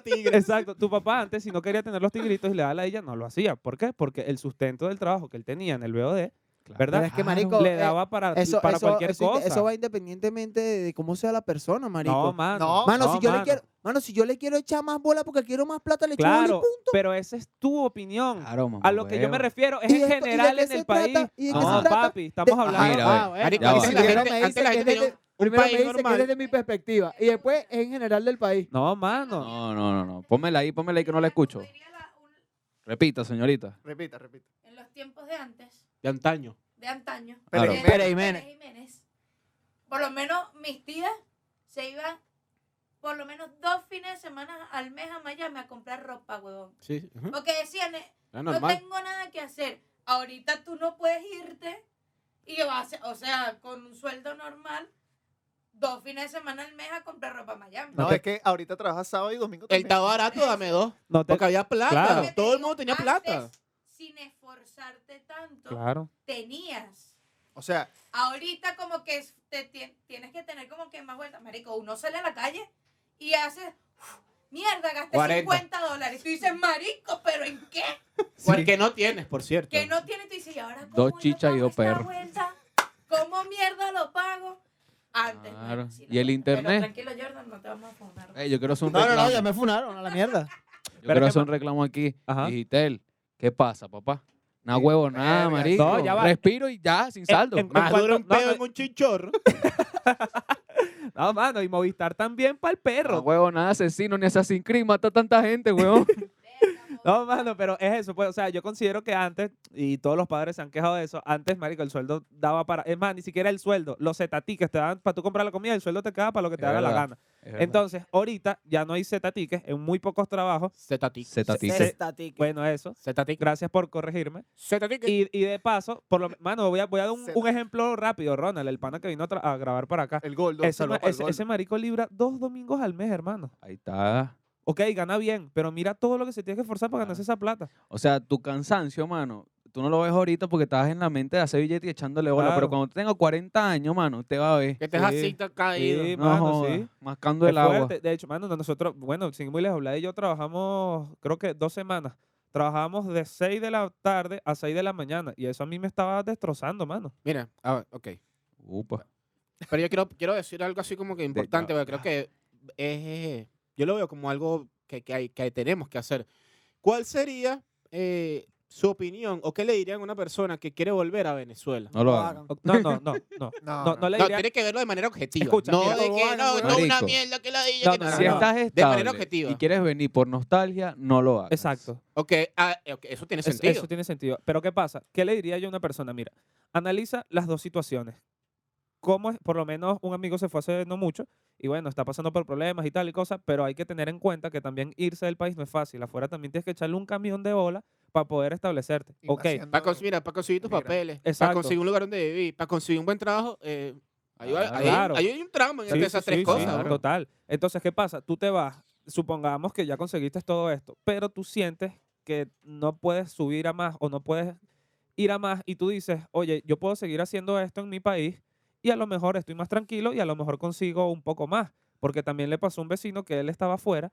tigres.
Exacto, tu papá antes, si no quería tener los tigritos y le daba la ella, no lo hacía. ¿Por qué? Porque el sustento del trabajo que él tenía en el BOD, ¿verdad?
Pero es que, marico,
le
eh,
daba para,
Eso,
para
eso-
cualquier
eso,
cosa.
eso va independientemente de, de cómo sea la persona,
no,
marico.
mano.
No,
mano,
no,
si yo
mano.
le quiero, mano, si yo le quiero echar más bola porque quiero más plata, le echo bola y
Claro, pero esa es tu opinión.
Claro, mamá.
A lo que yo me
huevo.
refiero es
¿Y
en
de esto- y de
general
qué
en
se
el
trata?
país.
¿Y de
qué
No,
se
trata?
papi, estamos
De- ah,
hablando.
Mira, ve.
bueno,
Marico,
Ya
y
va.
si
antes la
primero
gente-
me
antes
dice
la
que es
gente tenía
desde-
un- un
primero me
país
dice que es
normal.
desde mi perspectiva y después es en general del país.
No, mano.
No, no, no, no. Pónmela ahí, pónmela ahí que no la escucho.
Como diría la- un-
Repita, señorita.
Repita, repita.
En los tiempos de antes,
De antaño.
de antaño.
Pero
de
Jiménez.
Pero Jiménez.
Pérez Jiménez, Por lo menos mis tías se iban por lo menos dos fines de semana al mes a Miami a comprar ropa, huevón.
Sí. ajá.
Porque decían, eh,
Era
no
normal.
tengo nada que hacer. Ahorita tú no puedes irte y vas, o sea, con un sueldo normal, dos fines de semana al mes a comprar ropa a Miami.
No,
te-
es que ahorita trabajas sábado y domingo
El
también.
estaba barato, dame dos.
No te...
Porque ah, había plata.
Claro.
Todo el mundo tenía
Antes,
plata.
Sin esforzarte tanto,
Claro.
tenías.
O sea,
Ahorita como que es- te tie- tienes que tener como que más vueltas. Marico, uno sale a la calle y hace... "Uf, Mierda, gasté
40.
50 dólares. Y tú dices, marico, ¿pero en qué?
Porque no tienes, por cierto.
Que no tiene, tú dices, ¿y ahora cómo
Dos
yo
chichas y
pago
dos
esta
perros.
vuelta? ¿Cómo mierda lo pago? Antes. bueno,
Claro.
sí,
¿Y el
pero
internet? Eh,
tranquilo, Jordan, no te vamos a fumar.
Ey, yo quiero hacer un
No, no,
reclamo.
no, ya me funaron a la mierda.
Yo
Pero
quiero
es que
hacer un reclamo aquí.
Ajá.
Digitel, ¿qué pasa, papá? Nah, huevo, nada,
verga,
marico.
No, ya va.
Respiro y ya, sin saldo.
en-
Más
cuanto-
dura un
no,
pedo
no.
en un chinchorro.
No, mano, y Movistar también para el
Nah,
perro.
huevo, nada, asesino, ni Assassin's Creed, mata tanta gente, huevón.
No, mano, pero es eso. Pues, o sea, yo considero que antes, y todos los padres se han quejado de eso, antes, marico, el sueldo daba para... Es más, ni siquiera el sueldo. Los zetatiques te daban para tú comprar la comida, el sueldo te queda para lo que te
Es
haga la
verdad.
gana. Entonces, ahorita ya no hay zetatiques, en muy pocos trabajos.
Zetatic.
Zetatique.
Estático.
Bueno, eso.
Zetatic.
Gracias por corregirme.
Zetatic.
Y, y de paso, por lo mano, voy a, voy a dar un,
Zeta.
un ejemplo rápido, Ronald, el pana que vino a, tra- a grabar para acá.
el Goldo.
Ese,
saludo
ma-
para el
ese-
Goldo.
ese marico libra dos domingos al mes, hermano.
Ahí está.
Ok, gana bien, pero mira todo lo que se tiene que esforzar para ganarse esa plata.
O sea, tu cansancio, mano, tú no lo ves ahorita porque estás en la mente de hacer billete y echándole bola.
Claro.
Pero cuando tengas 40 años, mano, te va a ver.
Que te
Sí.
has así, te has caído.
Sí,
No
mano,
jodas,
sí.
Mascando el
Es
agua.
fuerte. De hecho, mano, no- nosotros, bueno, sin ir muy lejos, Vlad y yo trabajamos, creo que dos semanas. Trabajamos de 6 de la tarde a 6 de la mañana. Y eso a mí me estaba destrozando, mano.
Mira, ah, ok.
Upa.
Pero yo quiero, quiero decir algo así como que importante, porque creo que es, yo lo veo como algo que, que, hay, que tenemos que hacer. ¿Cuál sería eh, su opinión o qué le dirían a una persona que quiere volver a Venezuela?
No lo
No
hagan.
hagan.
O- No, no, no, no.
No,
No,
no.
no le
No,
diría-
tiene que verlo de manera objetiva.
Escucha,
no,
mira,
de
no
que
lo
no,
hagan,
no una
marico.
mierda que la
No,
diga. que
no,
no,
no,
Si
no.
estás
De manera
estable
objetiva.
y quieres venir por nostalgia, no lo hagas.
Exacto.
Ok, ah, ok, eso tiene
Es-
sentido.
eso tiene sentido. Pero ¿qué pasa? ¿Qué le diría yo a una persona? Mira, analiza las dos situaciones. ¿Cómo es? Por lo menos un amigo se fue hace no mucho y bueno, está pasando por problemas y tal y cosas, pero hay que tener en cuenta que también irse del país no es fácil. Afuera también tienes que echarle un camión de bola para poder establecerte.
Y más
Ok.
siendo-
Para cons- mira, para conseguir tus
Mira.
papeles, para
Exacto.
conseguir un lugar donde vivir, para conseguir un buen trabajo, eh, ahí, va-
Claro.
ahí hay-
Claro.
ahí hay un tramo
Sí,
entre
sí,
esas
sí,
tres
sí,
cosas.
claro,
bro.
Total. Entonces, ¿qué pasa? Tú te vas, supongamos que ya conseguiste todo esto, pero tú sientes que no puedes subir a más o no puedes ir a más y tú dices, oye, yo puedo seguir haciendo esto en mi país y a lo mejor estoy más tranquilo y a lo mejor consigo un poco más. Porque también le pasó a un vecino que él estaba afuera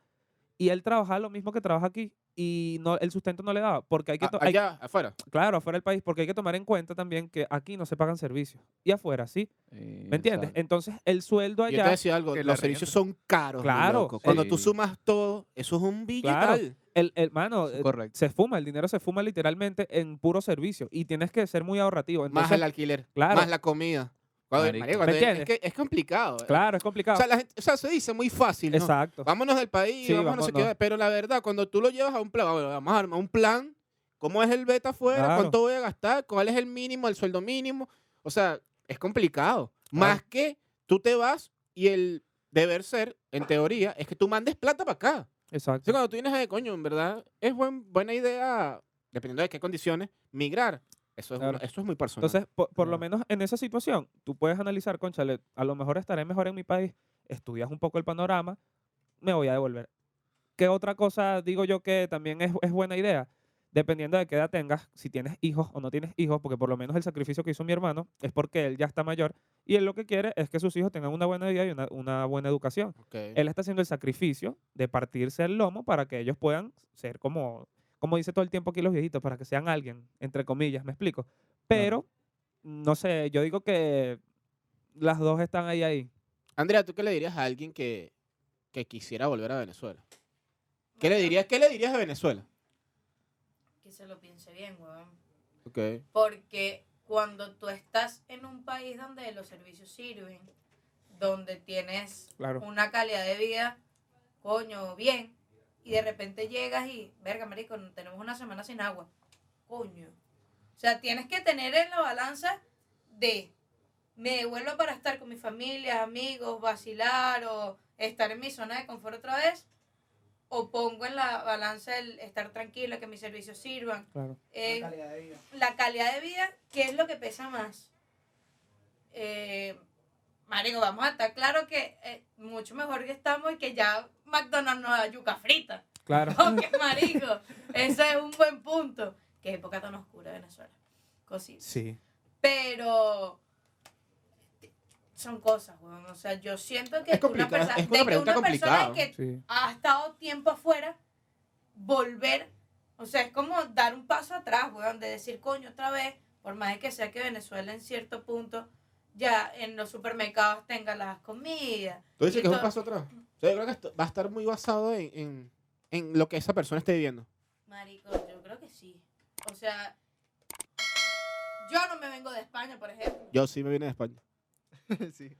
y él trabajaba lo mismo que trabaja aquí y no, el sustento no le daba, porque hay que...
Ah,
to- hay-
allá, afuera.
claro, afuera del país, porque hay que tomar en cuenta también que aquí no se pagan servicios y afuera, ¿sí?
Eh,
¿Me entiendes? Entonces, el sueldo
Yo te
allá,
decía algo,
Que la
los servicios son caros. mi
Claro,
loco. Cuando tú
sí.
sumas todo, eso es un billetal.
el, el- mano, eh,
Correcto.
se fuma, el dinero se fuma literalmente en puro servicio y tienes que ser muy ahorrativo.
Más
Entonces,
el alquiler,
claro.
más la comida. Cuando-
Marico.
marico, cuando-
¿Me
es,
entiendes?
que es complicado. eh.
claro, es complicado.
O, sea, la gente- o sea, se dice muy fácil. ¿no?
Exacto.
Vámonos del país,
Sí,
vámonos, no sé qué,
vámonos.
Pero la verdad, cuando tú lo llevas a un plan, bueno, vamos a armar un plan. ¿Cómo es el beta afuera?
Claro.
¿Cuánto voy a gastar? ¿Cuál es el mínimo, el sueldo mínimo? O sea, es complicado. Más que tú te vas y el deber ser, en teoría, es que tú mandes plata para acá. O sea,
Exacto.
cuando tú vienes de coño, en verdad, es buen- buena idea, dependiendo de qué condiciones, migrar. Eso es,
Claro.
una- eso es muy personal.
Entonces, po- por, lo
Claro.
menos en esa situación, tú puedes analizar, conchale, a lo mejor estaré mejor en mi país, estudias un poco el panorama, me voy a devolver. ¿Qué otra cosa digo yo que también es, es buena idea? Dependiendo de qué edad tengas, si tienes hijos o no tienes hijos, porque por lo menos el sacrificio que hizo mi hermano es porque él ya está mayor y él lo que quiere es que sus hijos tengan una buena vida y una, una buena educación.
Ok.
Él está haciendo el sacrificio de partirse el lomo para que ellos puedan ser como, como dice todo el tiempo aquí los viejitos, para que sean alguien, entre comillas, me explico. Pero, no sé, yo digo que las dos están ahí, ahí.
Andrea, ¿tú qué le dirías a alguien que, que quisiera volver a Venezuela? ¿Qué le dirías, qué le dirías a Venezuela?
Que se lo piense bien, weón.
Ok.
Porque cuando tú estás en un país donde los servicios sirven, donde tienes
Claro.
una calidad de vida, coño, bien, y de repente llegas y, verga, marico, no- tenemos una semana sin agua. Coño. O sea, tienes que tener en la balanza de, me devuelvo para estar con mi familia, amigos, vacilar o estar en mi zona de confort otra vez, o pongo en la balanza el estar tranquila, que mis servicios sirvan.
Claro.
Eh, la calidad de vida, ¿qué es lo que pesa más? Eh, marico, vamos a estar claro que eh, mucho mejor que estamos y que ya McDonald's nos da yuca frita.
Claro.
Ok, marico, ese es un buen punto. Qué época tan oscura Venezuela. Cositas.
Sí.
Pero son cosas, weón. O sea, yo siento que
Es
que
complicado,
persa-
es una
de que
pregunta
una persona
complicada.
que
Sí.
ha estado tiempo afuera, volver, o sea, es como dar un paso atrás, weón, de decir, coño, otra vez, por más de que sea que Venezuela en cierto punto ya en los supermercados tenga las comidas.
¿Tú dices
y
que es un
todo.
paso atrás? O sea, yo creo que esto va a estar muy basado en, en- en lo que esa persona esté viviendo.
Marico, yo creo que sí. O sea, yo no me vengo de España, por ejemplo.
Yo sí me vine de España.
sí.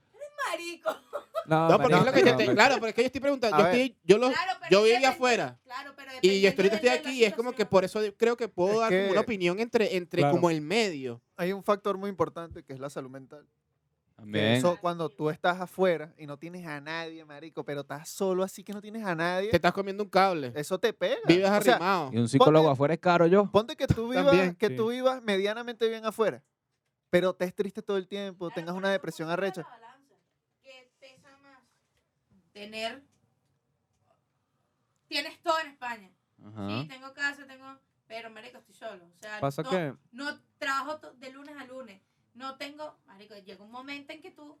Marico.
Ah,
No,
No, porque es lo que
marico,
yo te-
no,
Claro, porque es que yo estoy preguntando.
A
Yo,
ver.
estoy- yo, lo-
Claro, pero
yo
es
vivía
depende-
afuera.
Claro, pero
Y yo estoy,
dependiendo
estoy
de- de la
aquí y es como que
situación.
por eso de- creo que puedo
Es
dar como
que-
una opinión entre, entre
Claro.
como el medio.
Hay un factor muy importante que es la salud mental. Que
Amén.
Eso cuando tú estás afuera y no tienes a nadie, marico, pero estás solo así que no tienes a nadie,
Te estás comiendo un cable.
eso te pega.
Vives
O sea,
arrimado.
Y un psicólogo
ponte-
afuera es caro yo.
Ponte que tú vivas,
También,
que
sí.
tú vivas medianamente bien afuera, pero te es triste todo el tiempo,
Claro,
tengas
por
una
eso
depresión
pongo la
arrecha.
balanza. ¿Qué pesa más? Tener. Tienes todo en España.
Ajá.
Sí, tengo casa, tengo. Pero, marico, estoy solo. O sea,
Pasa
no,
que-
no trabajo to- de lunes a lunes. No tengo. Marico, llega un momento en que tú.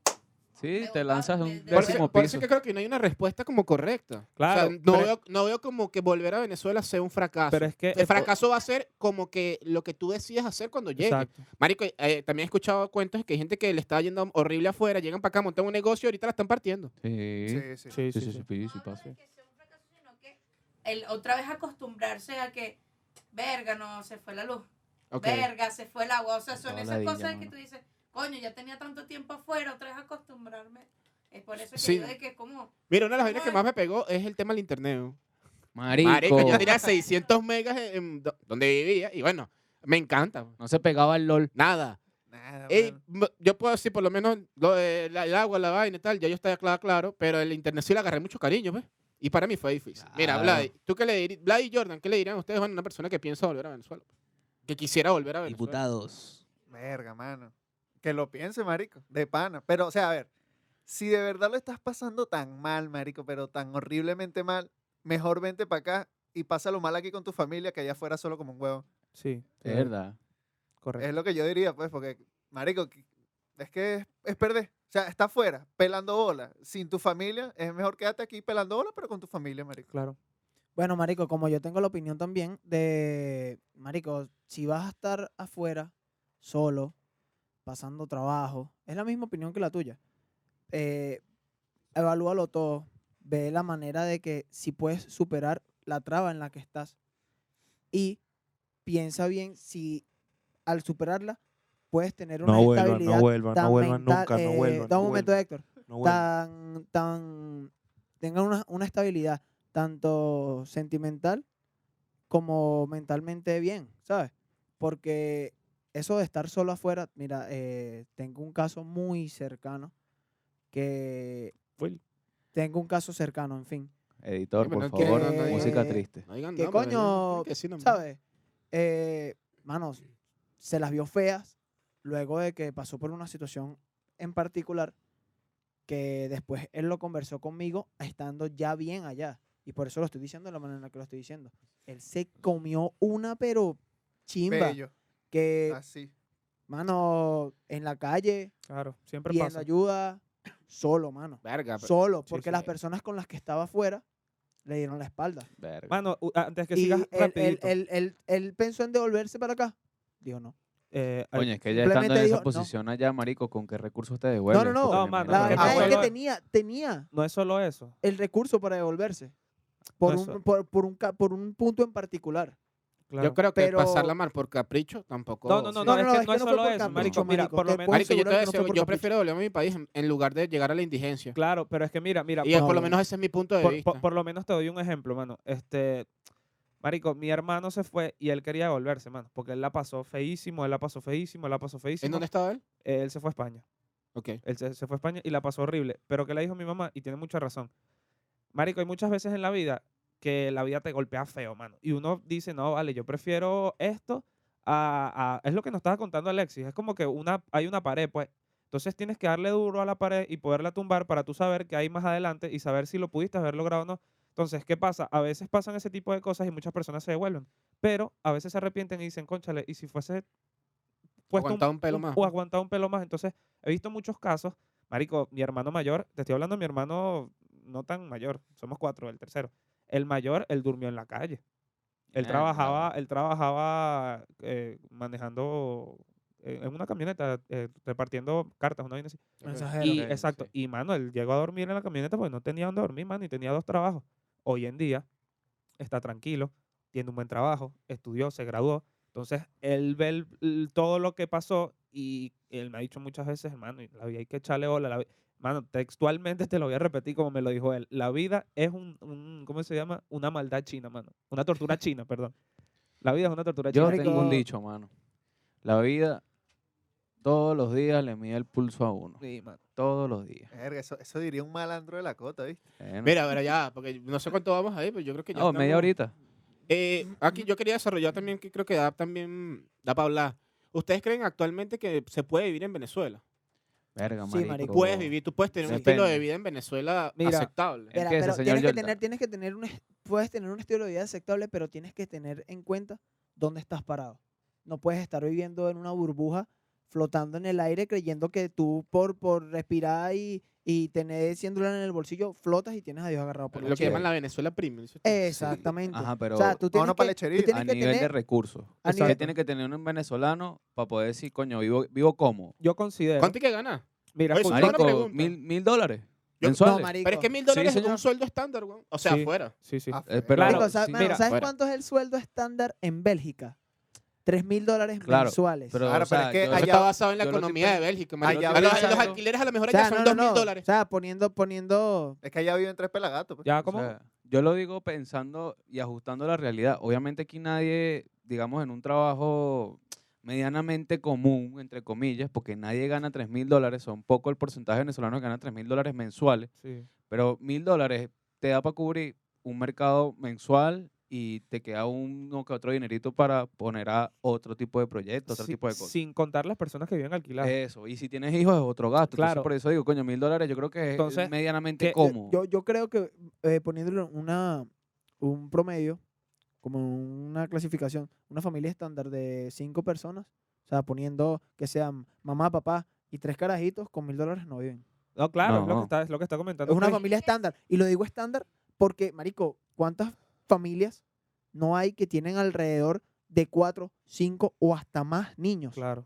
Sí,
Me
te
voy
lanzas de un
pa- de- de-
Por eso,
décimo
por eso
piso.
es que creo que no hay una respuesta como correcta.
Claro,
O sea, no,
pero-
veo, no veo como que volver a Venezuela sea un fracaso.
Pero es que...
el fracaso va a ser como que lo que tú decidas hacer cuando llegues.
Exacto.
Marico, eh, también he escuchado cuentos que hay gente que le está yendo horrible afuera, llegan para acá, montan un negocio y ahorita la están partiendo.
Sí.
Sí, sí.
Sí,
Sí,
sí, sí.
sí, sí,
no
sí,
hablo
pasa.
de que sea un fracaso, sino que el otra vez acostumbrarse a que. Verga, no, se fue la luz.
Ok.
Verga, se fue el agua. O sea, son
Toda
esas
ladilla,
cosas que
mano.
tú dices, coño, ya tenía tanto tiempo afuera, otra vez acostumbrarme. Es por eso que
Sí.
yo de que como.
Mira, una de las vainas que más me pegó es el tema del internet. ¿no?
Marico.
Marico, yo tenía 600 megas en, en do- donde vivía y bueno, me encanta. pues.
No se pegaba el LOL.
Nada.
Nada,
Ey,
mano.
m- yo puedo decir por lo menos lo de la- el agua, la vaina y tal, ya yo estaba claro, claro, pero el internet sí le agarré mucho cariño, ¿ves? Y para mí fue difícil. Mira,
Claro.
Vlad, ¿tú qué le dirías? Vlad y Jordan, ¿qué le dirían ustedes a una persona que piensa volver a Venezuela? Que quisiera volver a Venezuela.
Diputados.
Verga, mano. Que lo piense, marico. De pana. Pero, o sea, a ver. Si de verdad lo estás pasando tan mal, marico, pero tan horriblemente mal, mejor vente para acá y pásalo mal aquí con tu familia que allá fuera solo como un huevo.
Sí. eh,
Es verdad.
Correcto.
Es lo que yo diría, pues, porque, marico, que- es que es, es perder. O sea, está fuera, pelando bola. Sin tu familia, es mejor quedarte aquí pelando bola, pero con tu familia, marico.
Claro.
Bueno, marico, como yo tengo la opinión también de, marico, si vas a estar afuera, solo, pasando trabajo, es la misma opinión que la tuya. Eh, evalúalo todo, ve la manera de que si puedes superar la traba en la que estás y piensa bien si al superarla puedes tener una
No vuelvan,
estabilidad
no vuelvan,
tan
no vuelvan
mental-
nunca, no
eh,
vuelvan.
Da un
no
momento,
vuelvan,
Héctor
no vuelvan.
tan, tan, tengan una, una estabilidad tanto sentimental como mentalmente bien, ¿sabes? Porque eso de estar solo afuera, mira, eh, tengo un caso muy cercano que...
Fue.
Tengo un caso cercano, en fin.
Editor,
Bueno,
por
que-
favor, música triste.
No digan
¿Qué
nombres,
coño?
no tienen que decir nombres.
¿Sabes? Eh, mano, se las vio feas luego de que pasó por una situación en particular que después él lo conversó conmigo estando ya bien allá. Y por eso lo estoy diciendo de la manera en la que lo estoy diciendo. Él se comió una, pero chimba.
Bello,
Eh.
Que,
así.
mano, en la calle,
Claro, siempre
pidiendo
pasa.
ayuda, solo, mano.
Verga, pero-
Solo,
sí,
porque
sí,
las
sí.
personas con las que estaba afuera le dieron la espalda.
Verga.
Mano, u- antes que
Y
sigas
él, él-
rapidito.
él- él- él pensó en devolverse para acá. Dijo no.
eh, al-
Coño, es que ya estando
simplemente
en
digo, no.
esa posición allá, marico, ¿con qué recursos te devuelven?
no, no.
Porque
Ah, No,
me
mano,
imagino
La
que
que
no
verdad es que
vuelva.
tenía, tenía
no es solo eso.
el recurso para devolverse. Por,
Eso.
un, por, por un, ca- por un punto en particular.
claro.
Yo creo que
Pero-
pasarla mal por capricho tampoco.
No, no, no,
sí.
no, es que no
fue
es solo
por
eso,
capricho,
marico. Mira,
marico,
por lo
te
menos-
puedo
Marico, yo, te voy
asegurar
a
que no fue por
decir, yo
capricho.
prefiero devolverme a mi país en, en lugar de llegar a la indigencia.
Claro, pero es que mira, mira,
Y es,
No,
por lo
bueno.
menos ese es mi punto de
por,
vista.
por- por lo menos te doy un ejemplo, mano. Este, marico, mi hermano se fue y él quería devolverse, mano, porque él la pasó feísimo, él la pasó feísimo, él la pasó feísimo.
¿En dónde estaba él?
Él se fue a España.
Ok.
Él se, se fue a España y la pasó horrible. Pero que le dijo mi mamá, y tiene mucha razón. Marico, hay muchas veces en la vida que la vida te golpea feo, mano. Y uno dice, no, vale, yo prefiero esto a... a-". Es lo que nos estaba contando Alexis. Es como que una, hay una pared, pues. Entonces tienes que darle duro a la pared y poderla tumbar para tú saber qué hay más adelante y saber si lo pudiste haber logrado o no. Entonces, ¿qué pasa? A veces pasan ese tipo de cosas y muchas personas se devuelven. Pero a veces se arrepienten y dicen, conchale, y si fuese... puesto
Aguantado un pelo más,
O
¿no?
aguantado un pelo más. Entonces, he visto muchos casos. Marico, mi hermano mayor, te estoy hablando de mi hermano no tan mayor, somos cuatro, el tercero. El mayor, él durmió en la calle. Él
Mierda.
trabajaba, él trabajaba eh, manejando eh, en una camioneta, eh, repartiendo cartas, una vaina así.
Ah,
Mensajero.
Y,
Ok,
exacto. Y, mano, él llegó a dormir en la camioneta porque no tenía dónde dormir, mano, y tenía dos trabajos. Hoy en día está tranquilo, tiene un buen trabajo, estudió, se graduó. Entonces, él ve el- el- todo lo que pasó y él me ha dicho muchas veces, hermano, y la vida hay que echarle bola. la vi- mano, textualmente te lo voy a repetir como me lo dijo él. La vida es un, un- ¿cómo se llama? Una maldad china, mano. Una tortura china, perdón. La vida es una tortura
Yo
china.
tengo un dicho, mano. La vida todos los días le mide el pulso a uno.
Sí, mano.
Todos los días.
Verga, eso, eso diría un malandro de la cota, ¿viste?
Bueno.
Mira, pero ya, porque no sé cuánto vamos ahí, pero yo creo que ya.
Oh,
No, Oh, media
estamos-
horita.
Eh, aquí yo quería desarrollar también, que creo que da también, da para hablar. ¿Ustedes creen actualmente que se puede vivir en Venezuela?
Verga,
Sí,
marico.
marico.
Puedes vivir, tú puedes tener un
Oh, Depende.
estilo de vida en Venezuela
Mira,
aceptable.
Eh,
Espera,
Empieza,
pero
señor
tienes que
Yolda.
tener, tienes que tener un, est- puedes tener un estilo de vida aceptable, pero tienes que tener en cuenta dónde estás parado. No puedes estar viviendo en una burbuja flotando en el aire creyendo que tú por, por respirar y, y tener 100 dólares en el bolsillo flotas y tienes a Dios agarrado por
Lo
la
que
chiva.
llaman la Venezuela premium. dices tú.
Exactamente.
Ajá, pero
o sea, tú
O no
tienes
pa'
que,
lechería.
tú tienes
a
que
nivel de
tener
recursos.
a
O sea,
nivel-
¿Qué tiene que tener un venezolano para poder decir, coño, vivo, vivo cómo?
Yo considero...
¿Cuánto hay que ganar?
Mira,
Oye,
escucha,
buena
Marico,
pregunta.
mil, mil dólares.
Yo-
mensuales.
No, marico.
Pero es que mil dólares es
señor.
un sueldo estándar, weón. O sea,
Sí.
afuera.
Sí, sí.
Ah,
Eh,
fe-
pero-
Claro,
Marico, ¿sabes,
sí,
mano,
mira,
¿sabes
fuera.
cuánto es el sueldo estándar en Bélgica? 3 mil dólares
Claro,
mensuales.
Pero,
Ahora,
o sea,
pero es que
yo-
Eso
allá-
está basado en la
yo lo estoy
economía de
pen-
Bélgica. marico.
Allá
A los,
voy
a los
pensando-
alquileres a lo mejor
o
allá
sea,
son
no,
dos
no,
mil
no. O
dólares.
sea, poniendo, poniendo.
Es que allá viven tres pelagatos. pues.
Ya,
o
¿cómo?
sea, yo lo digo pensando y ajustando a la realidad. Obviamente aquí nadie, digamos, en un trabajo medianamente común, entre comillas, porque nadie gana 3 mil dólares, son poco el porcentaje de venezolanos que ganan 3 mil dólares mensuales,
Sí.
pero mil dólares te da para cubrir un mercado mensual y te queda uno que otro dinerito para poner a otro tipo de proyectos, otro
Si-
tipo de cosas. Eh,
Sin contar las personas que viven alquiladas.
Eso, y si tienes hijos es otro gasto. Entonces,
Claro.
por eso digo, coño, mil dólares yo creo que es
Entonces,
medianamente
que- eh, que-
cómodo.
eh, Yo, yo creo que eh, poniéndole una, un promedio, como una clasificación, una familia estándar de cinco personas, o sea, poniendo que sean mamá, papá y tres carajitos, con mil dólares no viven.
no, claro, pues. es, lo
No.
que está, es lo que está comentando.
Es una
Chris.
familia estándar. Y lo digo estándar porque, marico, ¿cuántas familias no hay que tienen alrededor de cuatro, cinco o hasta más niños.
Claro.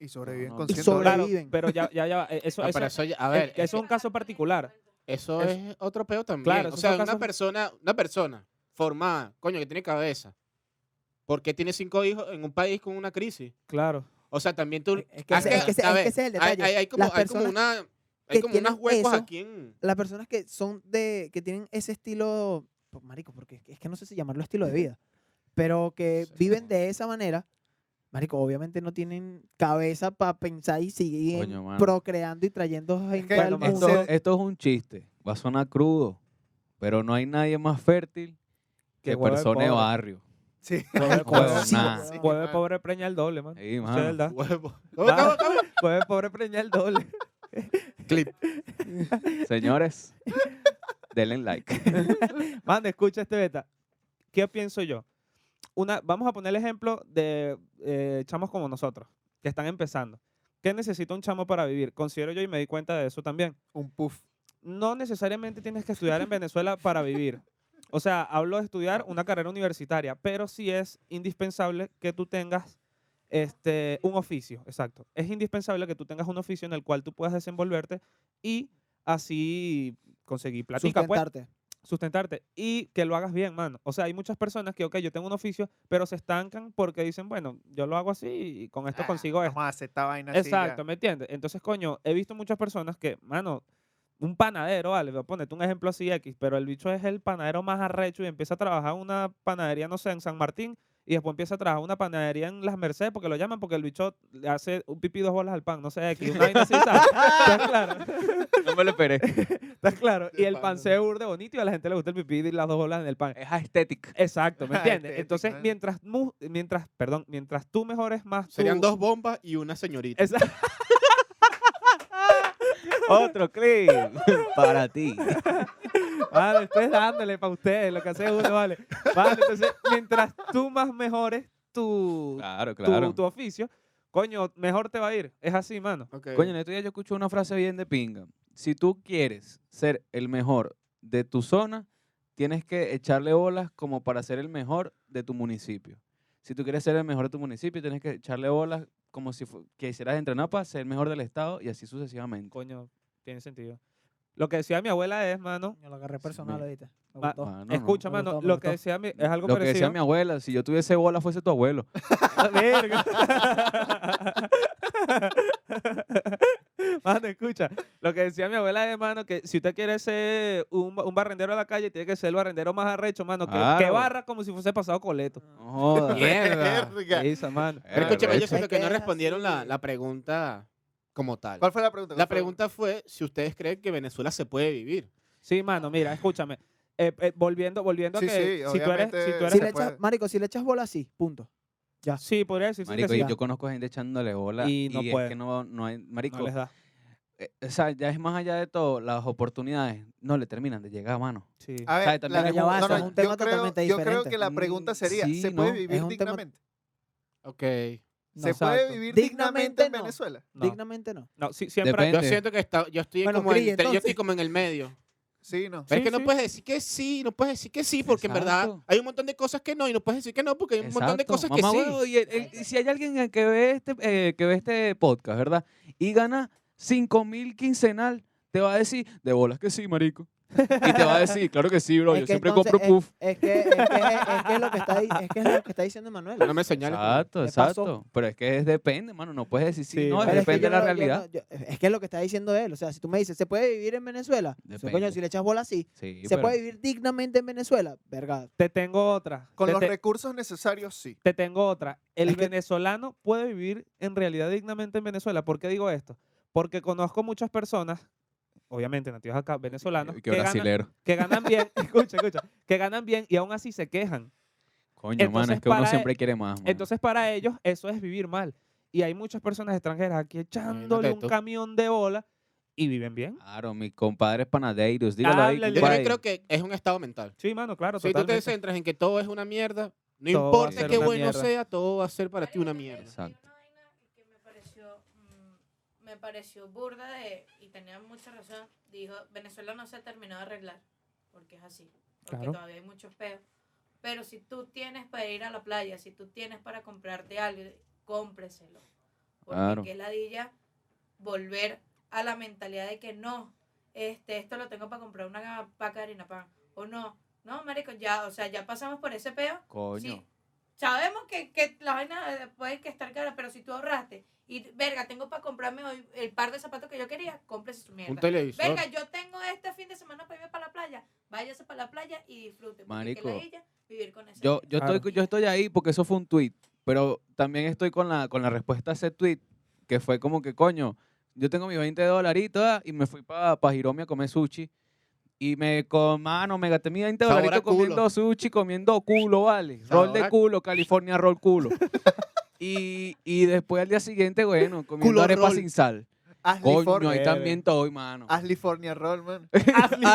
Y sobreviven
No, no.
con
Y
100
sobre-
dólares.
Claro,
Sobreviven.
pero ya, ya, ya. va, eh, Eso,
Ah,
eso,
pero eso ya- a ver,
que eso es un caso particular.
Eso
Es-
es, otro peo también.
Claro,
o
esos
sea,
son
una
casos-
persona, una persona formada, coño, que tiene cabeza. ¿Por qué tiene cinco hijos en un país con una crisis?
Claro.
O sea, también tú.
Es que
Ah,
ese-
que-
es que ese-
a
es que
ver,
ese es el
hay-
detalle.
Hay, hay como,
Las
hay como
personas
una.
que
Hay como unos
tienen
huecos
eso-
aquí en.
Las personas que son de, que tienen ese estilo, pues, marico, porque es que- es que no sé si llamarlo estilo de vida, pero que
Sí.
viven de esa manera, marico, obviamente no tienen cabeza para pensar y siguen
Coño, mano.
procreando y trayendo gente
que
al
bueno,
mundo.
Esto, esto es un chiste, va a sonar crudo, pero no hay nadie más fértil
Que
que
huevo de
persona de
pobre.
barrio.
Sí.
Puede
Huevo,
pobre,
sí, nada.
sí,
puede
mano.
pobre preña el doble, man.
Sí,
Eso
mano.
es verdad.
Huevo.
Nada. Puede pobre preña el doble.
Clip.
Señores, denle like.
Manda, escucha este beta. ¿Qué pienso yo? Una, vamos a poner el ejemplo de eh, chamos como nosotros, que están empezando. ¿Qué necesita un chamo para vivir? Considero yo y me di cuenta de eso también.
Un puff.
No necesariamente tienes que estudiar en Venezuela para vivir. O sea, hablo de estudiar una carrera universitaria, pero sí es indispensable que tú tengas este, un oficio, exacto. Es indispensable que tú tengas un oficio en el cual tú puedas desenvolverte y así conseguir platica, pues
sustentarte.
sustentarte y que lo hagas bien, mano. O sea, hay muchas personas que, ok, yo tengo un oficio, pero se estancan porque dicen, bueno, yo lo hago así y con esto
Ah,
consigo esto.
Vamos a hacer esta vaina así ya.
Exacto, ¿me entiendes? Entonces, coño, he visto muchas personas que, mano, un panadero, vale, voy a ponerte un ejemplo así X, pero el bicho es el panadero más arrecho y empieza a trabajar en una panadería, no sé, en San Martín, y después empieza a trabajar en una panadería en Las Mercedes porque lo llaman porque el bicho le hace un pipí dos bolas al pan, no sé, X, una vaina así, ¿sabes? ¿Estás claro?
No me lo esperé.
¿Estás claro?
De
Y el pan
pana.
se urde bonito y a la gente le gusta el pipí y las dos bolas en el pan.
Es aesthetic.
Exacto, ¿me
Ah,
entiendes?
estética,
Entonces,
¿eh?
mientras, mu- mientras, perdón, mientras tú mejores más tu-
Serían dos bombas y una señorita.
Esa-
Otro clip para ti.
Vale, ustedes dándole para ustedes, lo que hace uno, vale. Vale, entonces, mientras tú más mejores tu,
Claro,
tu-
claro.
tu oficio, coño, mejor te va a ir. Es así, mano.
Ok.
Coño, en estos días yo escuché una frase bien de pinga. Si tú quieres ser el mejor de tu zona, tienes que echarle bolas como para ser el mejor de tu municipio. Si tú quieres ser el mejor de tu municipio, tienes que echarle bolas como si fu- quisieras entrenar para ser el mejor del estado y así sucesivamente.
Coño, tiene sentido. Lo que decía mi abuela es, mano,
lo agarré personal
me-
ahorita. Me
Ma-
gustó.
Mano, Ah, no.
escucha,
Me gustó,
mano,
me
lo
gustó.
que decía mi, es algo
Lo que
parecido.
decía mi abuela, si yo tuviese bolas fuese tu abuelo.
Verga. Mano, escucha. Lo que decía mi abuela es, mano, que si usted quiere ser un, un barrendero de la calle, tiene que ser el barrendero más arrecho, mano. Que, que
Claro.
barra como si fuese pasado coleto.
No jodas.
Mierda.
Verga.
Esa, mano.
Pero
Verga,
escúchame, yo
arrecho.
siento que no
Es que es
respondieron la,
así.
la pregunta como tal.
¿Cuál fue la pregunta?
La
¿Cuál fue
pregunta fue si ustedes creen que Venezuela se puede vivir.
Sí, mano, mira, escúchame. Eh, eh, volviendo, volviendo
Sí,
a que
sí,
si, tú eres,
obviamente
si tú
Si
eres-
se
le echas,
puede.
marico, si le echas bola así, punto. Ya.
Sí, podría decirse
Marico,
que sí.
y yo conozco gente echándole bolas
Y
y,
no
es
puede.
que no, no hay... Marico,
No les da.
eh, o sea, ya es más allá de todo, las oportunidades no le terminan de llegar a mano.
Sí.
A ver,
sea, también
la-
hay un-
no, no,
es
yo
un tema
creo-
totalmente
Yo creo
diferente.
que la pregunta
Mm,
sería,
sí,
¿se puede
¿no?
Es
vivir
un tema-
dignamente?
No,
Ok.
¿Se puede
exacto.
vivir
Dignamente
dignamente en
no.
Venezuela?
No,
Dignamente no.
no, sí, siempre hay-
Depende.
Yo siento que está, yo, estoy
Bueno,
como
Cris,
entre- yo estoy
entonces.
como en el medio.
Sí, no.
Pero es
Sí,
que
sí.
no puedes decir que sí, no puedes decir que sí, porque en verdad
Exacto.
hay un montón de cosas que no, y no puedes decir que no, porque hay un montón de
Exacto.
cosas
Mamá
que sí.
huevo, y el- el- si hay alguien eh, que ve este, eh, que ve este podcast, ¿verdad? Y gana 5 mil quincenal, te va a decir, de bolas que sí, marico. Y te va a decir, claro que sí, bro,
Es
yo
que
siempre
entonces eh,
compro puff.
Es, es que, es, que, es, es que lo que está, di- es que es lo que está diciendo Manuel.
No me señales.
Exacto,
¿Qué pasó?
exacto. Pero es que es depende, mano, no puedes decir sí,
Sí,
no,
pero
Pero
es
que
depende
yo
de la
no- yo
realidad.
no- yo- es que es lo que está diciendo él. O sea, si tú me dices, ¿se puede vivir en Venezuela? O sea, coño,
Depende.
si le echas bola así,
Sí,
¿se
pero-
puede vivir dignamente en Venezuela? Verga.
te tengo otra.
Con
Te-
los
te-
recursos necesarios, sí.
Te tengo otra. El
Es que-
venezolano puede vivir en realidad dignamente en Venezuela. ¿Por qué digo esto? Porque conozco muchas personas, obviamente nativos acá, venezolanos,
Uy,
que
qué
ganan,
brasilero.
que ganan bien, escucha, escucha, que ganan bien y aún así se quejan.
Coño, mano,
Entonces,
es que uno
para-
siempre quiere más. mano.
Entonces para ellos eso es vivir mal. Y hay muchas personas extranjeras aquí echándole un
tú.
camión de bola y viven bien.
Claro, mis compadres panaderos, dígalo ahí,
Háblale.
Yo también
compadre.
Guay.
creo que es un estado mental.
Sí, mano, claro,
Si tú te
totalmente.
centras en que todo es una mierda, no
Todo va a
importa
ser
qué
una
bueno
mierda.
sea, todo va a ser para ti una mierda.
Exacto.
Hay una vaina que me pareció, mm, me pareció burda de, y tenía mucha razón. Dijo, Venezuela no se ha terminado de arreglar, porque es así. Porque
Claro.
todavía hay muchos peos. Pero si tú tienes para ir a la playa, si tú tienes para comprarte algo, cómpreselo. Porque
Claro.
qué ladilla volver a la mentalidad de que no, este, esto lo tengo para comprar una paca de harina pan. O no, no, marico, ya, o sea, ya pasamos por ese peo.
Coño.
Sí. Sabemos que, que la vaina puede que estar cara, pero si tú ahorraste y verga, tengo para comprarme hoy el par de zapatos que yo quería, cómprese su mierda.
Un televisor.
Verga, yo tengo este fin de semana para irme para la playa. Váyase para la playa y disfrute. Porque
Marico.
qué ladilla vivir con eso.
Yo, yo,
Claro.
estoy, yo estoy ahí porque eso fue un tweet, pero también estoy con la, con la respuesta a ese tweet, que fue como que, coño, yo tengo mis 20 dolaritos ah, y me fui para pa Hiromi a comer sushi. Y me, con, mano, me gasté mis 20
Sabor a
dolaritos
culo.
comiendo sushi, comiendo culo, ¿vale?
Sabor
Roll de
a-
culo, California roll culo. y, y después al día siguiente, bueno, comiendo
Culo
arepa
roll. Ah,
sin sal. Coño,
Aslifornia.
ahí también estoy, mano.
Aslifornia Roll, man.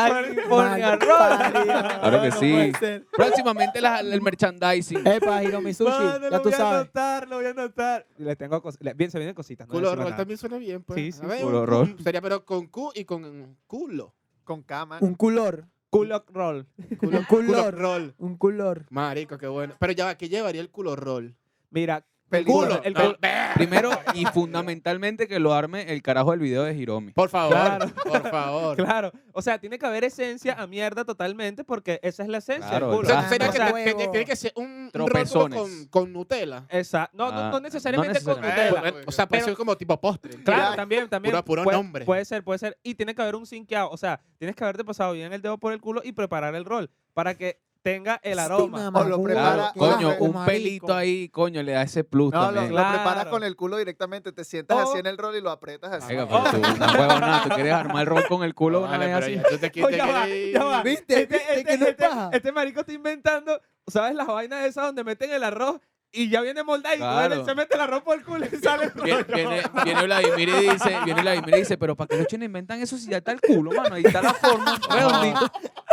California
Mal
roll.
parido.
Claro que
No
sí.
puede ser.
Próximamente la- el merchandising.
Epa, Hiromi Sushi,
Mano,
ya
lo
tú
voy a
sabes.
anotar, lo voy a anotar. Y Les tengo cos- le- bien, se vienen cositas. no voy a
Culo
decirlo
roll
nada.
también suena bien, pues.
Sí, sí,
A ver,
sí.
un
Culo roll.
cu- Sería pero con Q y con culo.
Con cama.
Un culor,
Culo roll.
Culo,
Un culo
roll.
un culor.
Marico, qué bueno. Pero ya va, ¿qué llevaría el culo roll?
Mira,
Película.
Culo.
el
No,
culo-
ver,
Primero y fundamentalmente que lo arme el carajo del video de Hiromi.
Por favor,
Claro.
por favor.
claro. O sea, tiene que haber esencia a mierda totalmente porque esa es la esencia del
Claro,
culo.
O
claro.
sea, sería
Ah,
que,
no.
que- que- tiene que ser un un roll como
Tropezones.
con, con Nutella.
Exacto. No, no,
Ah,
no necesariamente con
necesariamente.
Nutella.
Eh, o sea, puede
Pero-
ser como tipo postre.
Claro,
Ya.
también, también.
eh, Puro- puro
puede,
nombre.
Puede ser, puede ser. Y tiene que haber un cinqueado. O sea, tienes que haberte pasado bien el dedo por el culo y preparar el rol para que tenga el aroma.
O lo
Claro,
prepara- Claro,
coño,
claro,
un pelito ahí, coño, le da ese plus
No, lo,
también.
lo
Claro.
preparas con el culo directamente, te sientas
O-
así en el rol y lo aprietas así.
Venga, pero tú, una huevonada, tú quieres armar el rol con el culo una
Vale,
vez
pero
así.
ya, tú te
Oh,
quieres-
ya va, ya va.
¿Viste? ¿Viste que no es paja?
este marico está inventando, ¿sabes? Las vainas esas donde meten el arroz y ya viene moldado y
Claro.
bueno, se mete el arroz por el culo y sale el
Viene,
rollo.
viene, viene Vladimir y dice, viene Vladimir y dice, pero ¿para qué los chinos inventan eso si ya está el culo, mano? Ahí está la forma, pues, redondito.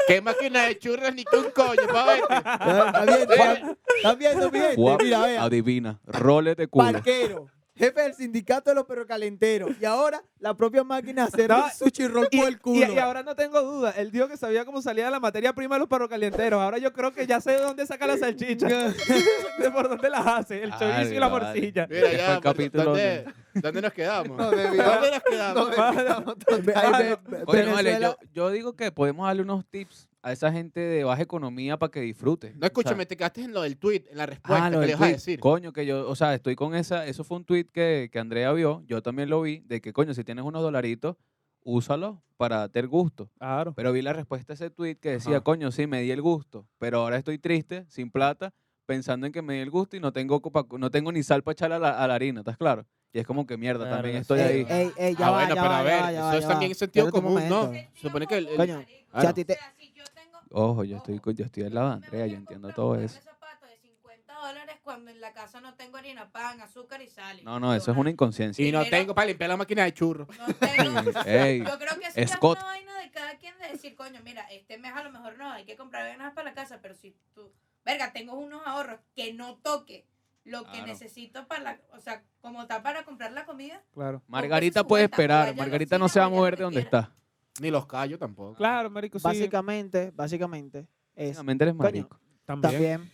¿Qué máquina de churras ni que un coño? Pa' verte.
¿Estás viendo? ¿Estás viendo, mi gente?
Guap,
Mira, vea.
adivina, roles de culo.
Parquero, jefe del sindicato de los perrocalenteros. Y ahora la propia máquina de hacer
No,
el sushi roll
Y,
por el culo.
y- y ahora no tengo duda, él dijo que sabía cómo salía la materia prima de los perrocalienteros. Ahora yo creo que ya sé de dónde saca la salchicha, de por dónde las hace, el
Ay,
chorizo y la
vale.
morcilla.
Mira,
Este
ya,
fue el
pero
capítulo
¿dónde, dónde nos quedamos?
No, debió-
¿Dónde nos quedamos?
No, debió-
Ve- ay, ve-
Oye, no, vale,
Venezuela-
yo, yo digo que podemos darle unos tips a esa gente de baja economía para que disfrute.
No, escúchame, te quedaste en lo del tweet, en la respuesta
Ah, lo
que
del
le vas a
tuit.
decir.
Coño, que yo, o sea, estoy con esa. Eso fue un tweet que, que Andrea vio, yo también lo vi, de que, coño, si tienes unos dolaritos, úsalos para darte el gusto.
Claro.
Pero vi la respuesta a ese tweet que decía,
Ajá.
coño, sí, me di el gusto, pero ahora estoy triste, sin plata, pensando en que me di el gusto y no tengo, copa- no tengo ni sal para echarle a la, a la harina, ¿estás claro? Y es como que eh, mierda,
Claro,
también
sí.
estoy
Ey,
ahí.
ey, ey, ya
Ah,
va,
bueno,
ya
pero
va,
a
ya
ver,
va, ya
eso
va,
es
ya
también
va.
sentido
Espérate un
común, ¿no?
momento.
Sentido
supone que el- el-
común,
Coño,
marico.
ya a ti te-
O sea, si yo tengo-
Ojo, yo estoy, co- yo estoy al lado de
me
Andrea,
voy
yo
a
entiendo
comprar
todo
un par de
eso.
zapatos de 50 dólares cuando en la casa no tengo harina, pan, azúcar y sal.
No, no, eso es una inconsciencia.
Y no
Primero-
tengo para limpiar la máquina de churros.
No tengo.
Ey,
Yo creo que eso ya es
Scott.
una vaina de cada quien de decir, coño, mira, este mes a lo mejor no, hay que comprar vainas para la casa, pero si tú, verga, tengo unos ahorros que no toque lo que
Claro.
necesito para la, o sea, como está para comprar la comida.
Claro.
Margarita
su
puede
cuenta, vaya
esperar,
a la
Margarita no
cocina,
se va a
vaya a
mover
donde
de donde
quiera.
está.
Ni los callos tampoco.
Claro, marico, sí.
Básicamente, básicamente, es
Básicamente eres
Coño,
marico.
también,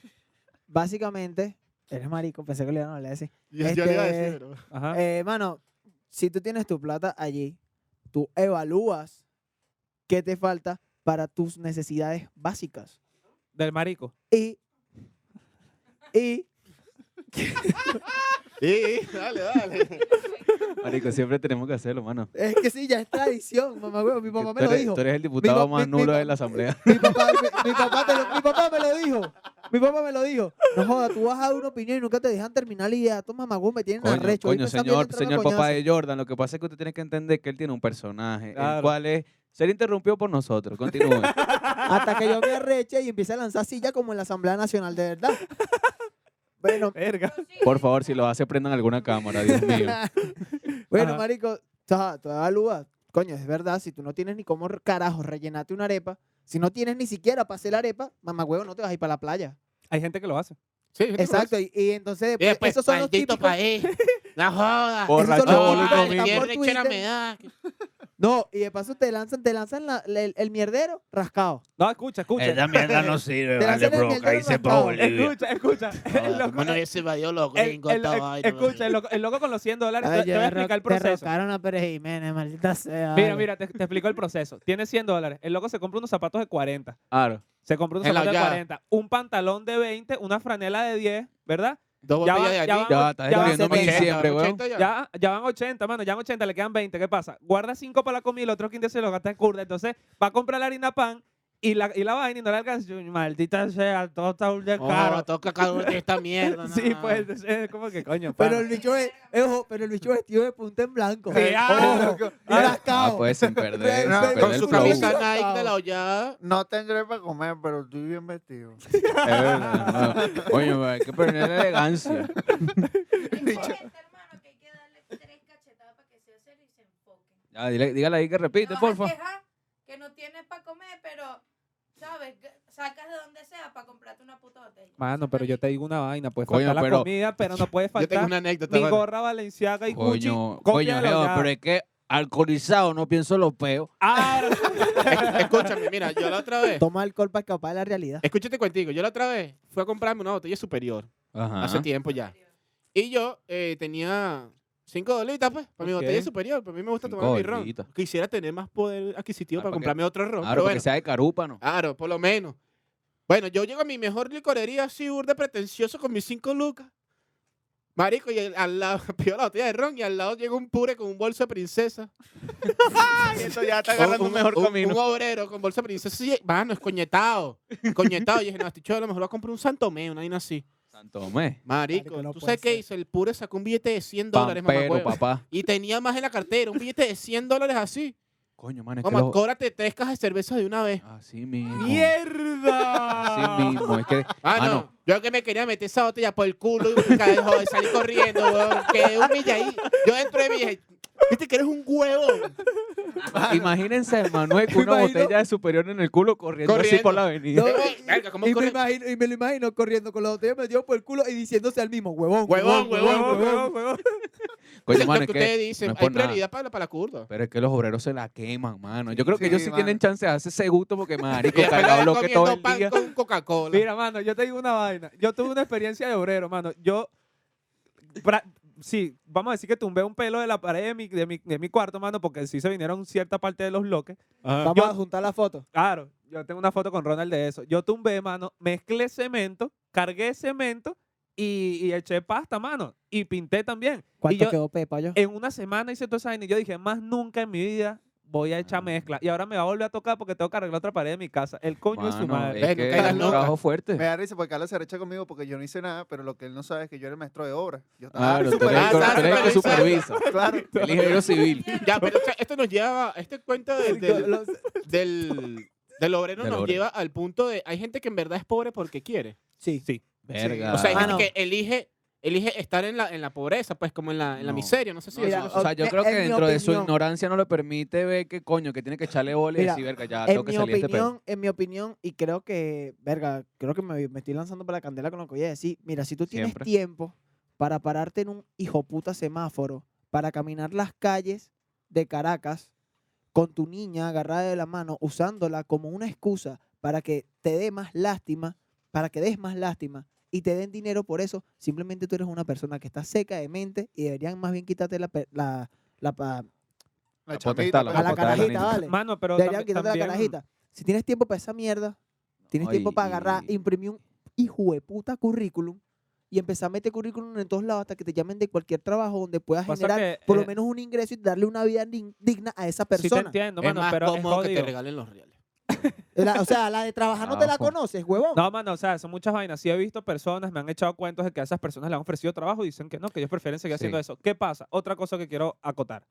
básicamente, eres marico, pensé que le iban a hablar así.
Yo, yo le iba a
Este-
decir, ¿no?
Ah.
Ajá.
Eh, mano, si tú tienes tu plata allí, tú evalúas qué te falta para tus necesidades básicas.
Del marico.
Y, y
Sí, dale, dale.
Marico, siempre tenemos que hacerlo, mano.
es que sí, ya es tradición, mamá, huevo, mi papá
Que
me
tú
lo
eres-
dijo.
Tú eres el diputado
mi-
más
mi-
nulo
mi-
de la asamblea.
Mi papá, mi, mi papá te lo- mi papá me lo dijo. Mi papá me lo dijo. No joda, tú vas a dar una opinión y nunca te dejan terminar la idea. Toma, magón, me tienen
Coño,
arrecho.
coño,
Ahorita están
señor,
viendo entrarme a
señor papá eh.
coñazo.
de Jordan, lo que pasa es que usted tiene que entender que él tiene un personaje,
Claro.
el cual es ser interrumpido por nosotros. Continúe.
Hasta que yo me arreche y empiece a lanzar silla como en la Asamblea Nacional, de verdad. Bueno,
Verga.
Yo sí-
por favor, si lo hace, prendan alguna cámara, Dios mío.
Bueno,
Ajá.
marico, ta- tú evalúas. Coño, es verdad, si tú no tienes ni cómo carajo rellenarte una arepa, si no tienes ni siquiera para hacer la arepa, mamá huevo, no te vas a ir para la playa.
Hay gente que lo hace.
Sí, gente,
Exacto, y, y entonces
Y
después,
después,
esos son los
Eh, pues, maldito
típicos...
país. No
Borracho,
jodas.
Borracho,
solo- boludo,
Ah,
conmigo.
qué rechera me da.
No, No, y de paso te lanzan, te lanzan la- la- el, el mierdero rascado.
No, escucha, escucha.
Esa mierda no sirve,
Te la hacen
vale,
en
bro.
el dedo
Ahí se
rascado.
pa' Bolivia.
Escucha, escucha. El loco-
Bueno, ese vadió loco,
el-
gringo,
el-
esta
el-
vaina,
Escucha, el
marico.
loco, el loco con los 100 dólares.
Ay,
te, te voy a
ya
explicar el
derro-
proceso.
Derrocaron a Pérez Jiménez, maldita sea.
Mira,
vale.
mira, te, te explico el proceso. Tiene 100 dólares. El loco se compra unos zapatos de 40.
Claro.
Se compró unos
En la
zapatos de
hollada.
40. Un pantalón de 20, una franela de 10, ¿verdad?
Dos
Ya
botellas
va-
de
ya
harina.
va-
Ya va, estás
Ya van
escribiéndome en
70,
diciembre, weón.
80 ya.
Ya, ya van 80, mano, ya van 80, le quedan 20. ¿Qué pasa? Guarda 5 para la comida y los otros 15 se los gasta en curda. Entonces va a comprar la harina pan y la, y la vaina y no le alcanza. Yo, Maldita sea, todo está un de
Oh,
caro.
toca cada uno de esta mierda. no,
sí,
no,
pues,
no.
entonces es como que coño.
Pero
pana.
el bicho es, eh, ojo, pero el bicho vestido de punta en blanco.
Sí, ah,
Ojo, y
Ojo,
ah,
Ah,
rascado.
pues sin perder,
No,
sin
con
perder
Con
el
su
flow.
camisa
Es
Nike de la hollada.
No tendré para comer, pero estoy bien vestido.
verdad, mano. Coño, hay que perder la elegancia.
Importa, hermano, que hay que darle tres cachetadas para que se serio y se enfoque.
Ya, dile- dígale ahí que
Te
repite,
vas a
porfa.
quejar que no tienes para comer, pero, ¿sabes? G- Sacas de donde sea para comprarte una puta botella.
Mano, pero yo te digo una vaina, pues
Coño,
falta la
pero-
comida, pero no puede
Yo tengo
faltar
una anécdota.
mi
vale.
gorra valenciaga y Gucci.
Coño,
copia
coño,
de la
Leo,
hollada.
pero es que alcoholizado no pienso en los peos.
Ah, no,
Esc- Escúchame, mira, yo la otra vez.
Toma alcohol para escapar de la realidad.
Escúchate contigo, yo la otra vez fui a comprarme una botella superior
Ajá.
hace tiempo ya. Y yo eh, tenía cinco dolitas, pues, para mi
Ok.
botella superior. Para mí me gusta
Cinco
tomar mi
dolitas.
ron. Quisiera tener más poder adquisitivo
Ah,
para
para que-
comprarme otro ron.
Claro,
pero
porque
bueno.
sea de carúpano.
Claro, por lo menos. Bueno, yo llego a mi mejor licorería así, burda pretencioso con mis cinco lucas. Marico, y el- al lado, pido la botella de ron y al lado llega un pure con un bolso de princesa.
Y eso ya está agarrando un mejor
un-
camino.
Un obrero con bolsa de princesa. Sí, mano, es coñetado. Coñetado. Y dije, no, este chico a lo mejor va a comprar un Santomé, una vaina así.
Santo Tomé.
Marico,
Marico, no
¿tú
puede
sabes qué
ser.
hizo? El pure sacó un billete de 100 dólares,
Pampero,
mamá.
papá.
Y tenía más en la cartera, un billete de 100 dólares así.
Coño, man, es que
Mamá,
los...
cóbrate tres cajas de cerveza de una vez.
Así mismo.
¡Mierda!
Así mismo. Es que...
Ah,
Ah,
no.
no.
Yo que me quería meter esa botella por el culo y ca- joder, salí corriendo, weón. Quedé humilladí. Yo dentro de mí dije, viste que eres un huevo.
Imagínense, Manuel, con una
Imagino-
botella de superior en el culo corriendo, así
Corriendo.
por la avenida.
Verga, ¿cómo
Y me,
corre?
imagino, y me lo imagino corriendo con la botella metido por el culo y diciéndose al mismo, huevón,
Huevón, huevón,
Huevón, huevón.
Coño,
Lo
mano,
que
es
ustedes
que...
dicen,
no es
hay
por nada.
prioridad para, para la curva.
Pero es que los obreros se la queman, mano. Yo creo que
Sí,
ellos sí
mano.
tienen chance de hacer ese gusto porque, marico,
Y después la
cargado
ves
lo que todo
comiendo
el
pan
día.
con Coca-Cola.
Mira, mano, yo te digo una vaina. Yo tuve una experiencia de obrero, mano. Yo, pra- sí, vamos a decir que tumbé un pelo de la pared de mi, de mi, de mi cuarto, mano, porque sí se vinieron cierta parte de los bloques.
Vamos
Yo-
a juntar la foto.
Claro, yo tengo una foto con Ronald de eso. Yo tumbé, mano, mezclé cemento, cargué cemento y, y eché pasta, mano. Y pinté también. Y
¿Cuánto
yo
quedó Pepa
Eh,
yo?
en una semana hice toda esa vaina y yo dije, más nunca en mi vida voy a echar
Ah.
mezcla. Y ahora me va a volver a tocar porque tengo que arreglar otra pared de mi casa. El coño de su
Mano, eh,
madre.
Es
Ven,
que
nunca
es
eras
un
loca.
trabajo fuerte.
Me da risa porque Carlos se recha conmigo porque yo no hice nada, pero lo que él no sabe es que yo era el maestro de obra. Yo estaba
Claro, tú
súper-
eres el
Ah,
que- tú eres el que
supervisa.
supervisa.
Claro.
El ingeniero civil.
Ya, pero esto- esto nos lleva, este cuento del, del,
Los-
del, del obrero
Del
nos
obrero.
lleva al punto de, hay gente que en verdad es pobre porque quiere.
Sí.
Verga.
O sea, hay
Ah, no.
gente que elige, elige estar en la, en la pobreza, pues como en la, en la
No.
miseria, no sé si
Mira,
eso-
o sea, yo
en-
creo que
en mi
dentro de su
opinión-
ignorancia no le permite ver que coño, que tiene que echarle bola y
Mira,
decir, verga, ya tengo
En
que
mi
salir de este pedo.
opinión, en mi opinión, y creo que, verga, creo que me, me estoy lanzando para la candela con lo que voy a decir. Mira, si tú tienes
Siempre.
tiempo para pararte en un hijo puta semáforo, para caminar las calles de Caracas con tu niña agarrada de la mano, usándola como una excusa para que te dé más lástima, para que des más lástima y te den dinero por eso, simplemente tú eres una persona que está seca de mente y deberían más bien quitarte la, pe- la, la pa-
La
La
chamita,
potestad, la
pues.
a la
potestad de la
carajita,
niña.
¿vale?
Mano, pero
Deberían
tam-
quitarte la
también-
carajita. Si tienes tiempo para esa mierda, tienes
No,
tiempo
y-
para agarrar,
y-
imprimir un hijo de puta currículum y empezar a meter currículum en todos lados hasta que te llamen de cualquier trabajo donde puedas
Pasa
generar
que,
por lo
eh,
menos un ingreso y darle una vida din- digna a esa
Sí te
persona.
entiendo,
es
mano,
más
pero es
cómodo que te
jodido.
regalen los reales.
La- o sea, la de trabajar no te la
Ah, pues.
Trabajo.
conoces, huevón.
No, mano, o sea, son muchas vainas. Sí he visto personas, me han echado cuentos de que a esas personas le han ofrecido trabajo y dicen que no, que ellos prefieren seguir haciendo
Sí.
eso. ¿Qué pasa? Otra cosa que quiero acotar.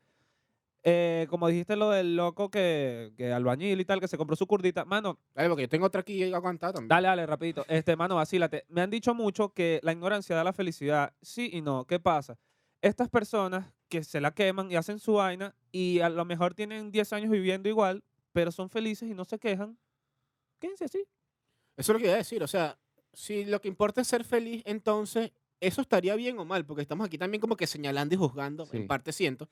Eh, como dijiste lo del loco que, que albañil y tal, que se compró su curdita. Mano,
Dale, porque yo tengo otra aquí aguantada también.
dale, dale, rapidito. Este, mano, vacílate. Me han dicho mucho que la ignorancia da la felicidad. Sí y no. ¿Qué pasa? Estas personas que se la queman y hacen su vaina y a lo mejor tienen 10 años viviendo igual, pero son felices y no se quejan, quédense así.
Eso es lo que iba a decir. O sea, si lo que importa es ser feliz, entonces eso estaría bien o mal, porque estamos aquí también como que señalando y juzgando,
Sí.
en parte siento.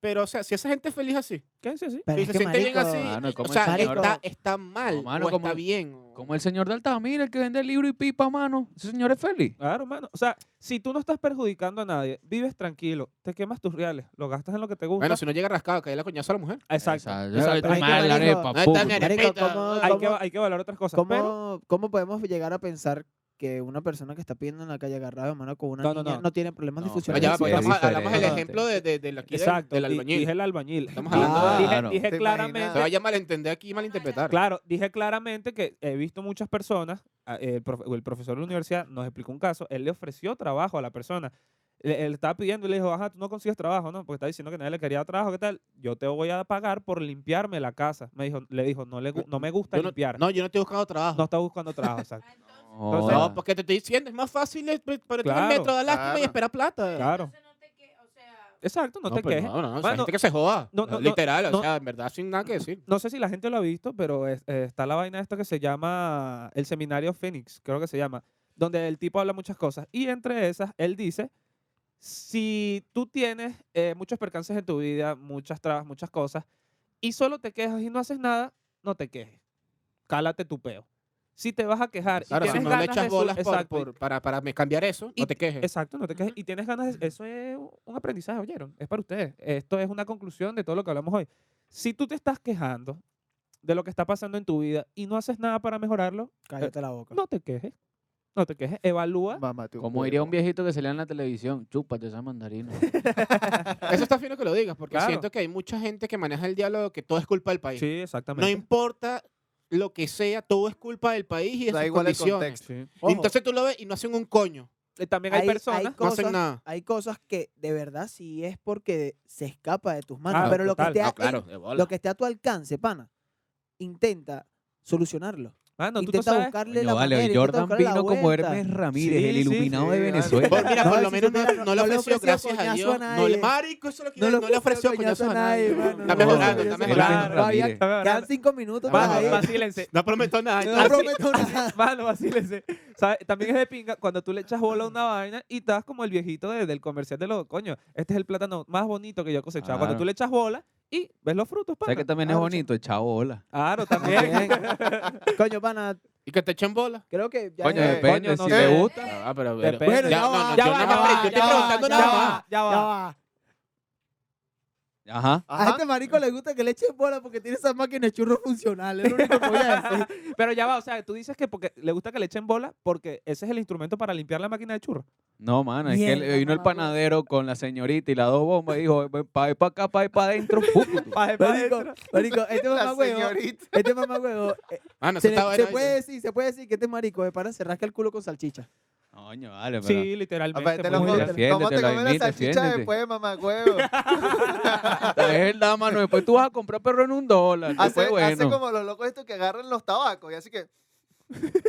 Pero, o sea, si esa gente es feliz así,
Quédense así.
Pero
si
es
se
que,
siente bien
marico,
así,
Mano,
o
¿cómo
sea,
el
marico?
está, está mal
No, mano,
o
¿cómo
está
el-
bien.
Como el señor de Altamira, el que vende libro y pipa, mano. Ese señor es feliz.
Claro, mano. O sea, si tú no estás perjudicando a nadie, vives tranquilo, te quemas tus reales, lo gastas en lo que te gusta.
Bueno, si no llega rascado, cae la coñazo a la mujer.
Exacto.
Exacto.
exacto.
Hay que
Mal, la
marico-
arepa,
Ahí
puto.
está, mira.
marico, ¿cómo-
Hay que,
cómo-
hay que valorar otras cosas.
¿Cómo,
Pero
¿Cómo podemos llegar a pensar que una persona que está pidiendo en la calle agarrada de mano con una
No, no,
niña no,
no.
tiene problemas
No,
de
pero
fusión?
Allá va,
sí,
porque
es
hablamos, hablamos del
diferente.
ejemplo de, de, de, la- aquí del-
Exacto,
del
di-
albañil.
Dije el albañil.
Estamos
Dije-
hablando de-
dije-
Claro.
dije
¿Te
claramente.
Se vaya a malentender aquí y malinterpretar.
Claro, dije claramente que he visto muchas personas, a- el, profe- el profesor de la universidad nos explicó un caso, él le ofreció trabajo a la persona. Le, él estaba pidiendo y le dijo, ajá, tú no consigues trabajo, ¿no? Porque está diciendo que nadie le quería trabajo, ¿qué tal? Yo te voy a pagar por limpiarme la casa. Me dijo, le dijo, no, le, gu- no me gusta
Yo no,
limpiar. No,
no, yo no estoy buscando trabajo.
está buscando trabajo, exacto.
Ah, entonces-
Entonces-
Joda.
No, porque te estoy diciendo, es más fácil eh, es- pe- ponerte en
Claro.
el metro, da lástima y
Claro.
esperar plata.
Claro.
entonces no te que- o sea,
Exacto, no, te
pero
quejes.
No, no, no, o sea,
Mano,
gente que se joda.
no, no, no,
literal,
no.
o sea, en verdad, sin nada que decir.
No sé si la gente lo ha visto, pero es- eh, está la vaina esta que se llama el seminario Phoenix, creo que se llama, donde el tipo habla muchas cosas. Y entre esas, él dice, si tú tienes eh, muchos percances en tu vida, muchas trabas, muchas cosas, y solo te quejas y no haces nada, no te quejes. Cálate tu peo. Si te vas a quejar
Claro,
y
si
tienes
no
ganas
le
de
echas
su-
bolas por-
exacto,
por- para, para me- cambiar eso,
y-
no te quejes.
Exacto, no te quejes. Y tienes ganas de... Eso es u- un aprendizaje, ¿oyeron? Es para ustedes. Esto es una conclusión de todo lo que hablamos hoy. Si tú te estás quejando de lo que está pasando en tu vida y no haces nada para mejorarlo,
Cállate la boca.
no te quejes. No te quejes. Evalúa.
Mámate un
Como diría un
huevo.
viejito que se lea en la televisión, chúpate esa mandarina.
Eso está fino que lo digas, porque
Claro.
siento que hay mucha gente que maneja el diálogo que todo es culpa del país.
Sí,
no
exactamente.
importa lo que sea, todo es culpa del país y de
Da
sus
igual el
condiciones.
contexto.
Sí.
Y Entonces tú lo ves y no hacen un coño.
Eh, También hay, personas...
no hacen
cosas-
nada.
Hay cosas que de verdad sí es porque se escapa de tus manos.
Ah,
pero lo que,
total.
esté
Ah,
a- lo que esté a tu alcance, pana, intenta solucionarlo.
Mano, tú ah, no
intenta
sabes...
buscarle
Coño,
la
vale,
manera, intenta
Jordan
buscarle la
vino como
vuelta.
Hermes Ramírez,
Sí,
el
sí,
iluminado de
sí, vale.
Venezuela.
Por- Pues mira, por
No,
lo
si
menos no,
supiera, no-
no le
no le
ofreció,
ofreció
gracias a
coñazo
Dios.
a
no le,
nadie.
marico, eso es lo que
No le
no le ofreció
ofreció
coñazo a
coñazo a
nadie.
nadie, mano.
Está
No,
mejorando, está
Hermes
mejorando.
Ramírez.
Todavía Quedan cinco minutos
Vamos,
para
Mano,
ir.
vamos.
ah, vacílense.
No prometo nada.
No prometo nada.
Mano, vacílense. ¿Sabe? También es de pinga cuando tú le echas bola a una vaina y estás como el viejito de- del comercial de los coño. Este es el plátano más bonito que yo he cosechado. Cuando
Claro.
tú le echas bola y ves los frutos, pana. Ah,
¿Sabes que también es
Claro, sí.
bonito? Chao, hola.
Claro, también.
Coño, pana,
Y que te echen bola.
creo que ya.
Coño,
eh,
depende,
coño, no
si
sé.
te gusta.
Ah, pero,
Depende.
pero-
Bueno,
ya,
ya
no,
va,
no,
ya
yo
va,
nada
ya
más te-
va,
yo estoy
ya va,
preguntando
ya
nada
va.
más.
ya
ya va.
Ajá.
A
Ajá.
este marico le gusta que le echen bola porque tiene esa máquina de churro funcional. Es lo único que voy a decir.
Pero ya va, o sea, tú dices que porque le gusta que le echen bola porque ese es el instrumento para limpiar la máquina de churro.
No, mano, es que
Mierda,
le vino el
mamá,
panadero con la señorita y la dos bombas y dijo, ven pa' ahí, pa' acá, pa' ahí, pa' adentro. puto.
Marico, marico, este
La
mamá huevo.
señorita.
Este mamá huevo.
Ah, no, eso
Se,
está
le-
bueno,
se puede decir, se puede decir que este marico de pana se rasca el culo con salchicha.
Coño, vale, pero...
Sí, literalmente. pues.
Aparte, loco,
muy
Muy
¿cómo
bien.
literal.
te
Defiéndete,
comes la
Vladimir,
salchicha
defiéndete.
después, mamá huevo?
Es verdad, mano, después tú vas a comprar perro en un dólar.
Hace,
Después, bueno.
hace como los locos estos que agarran los tabacos y así que.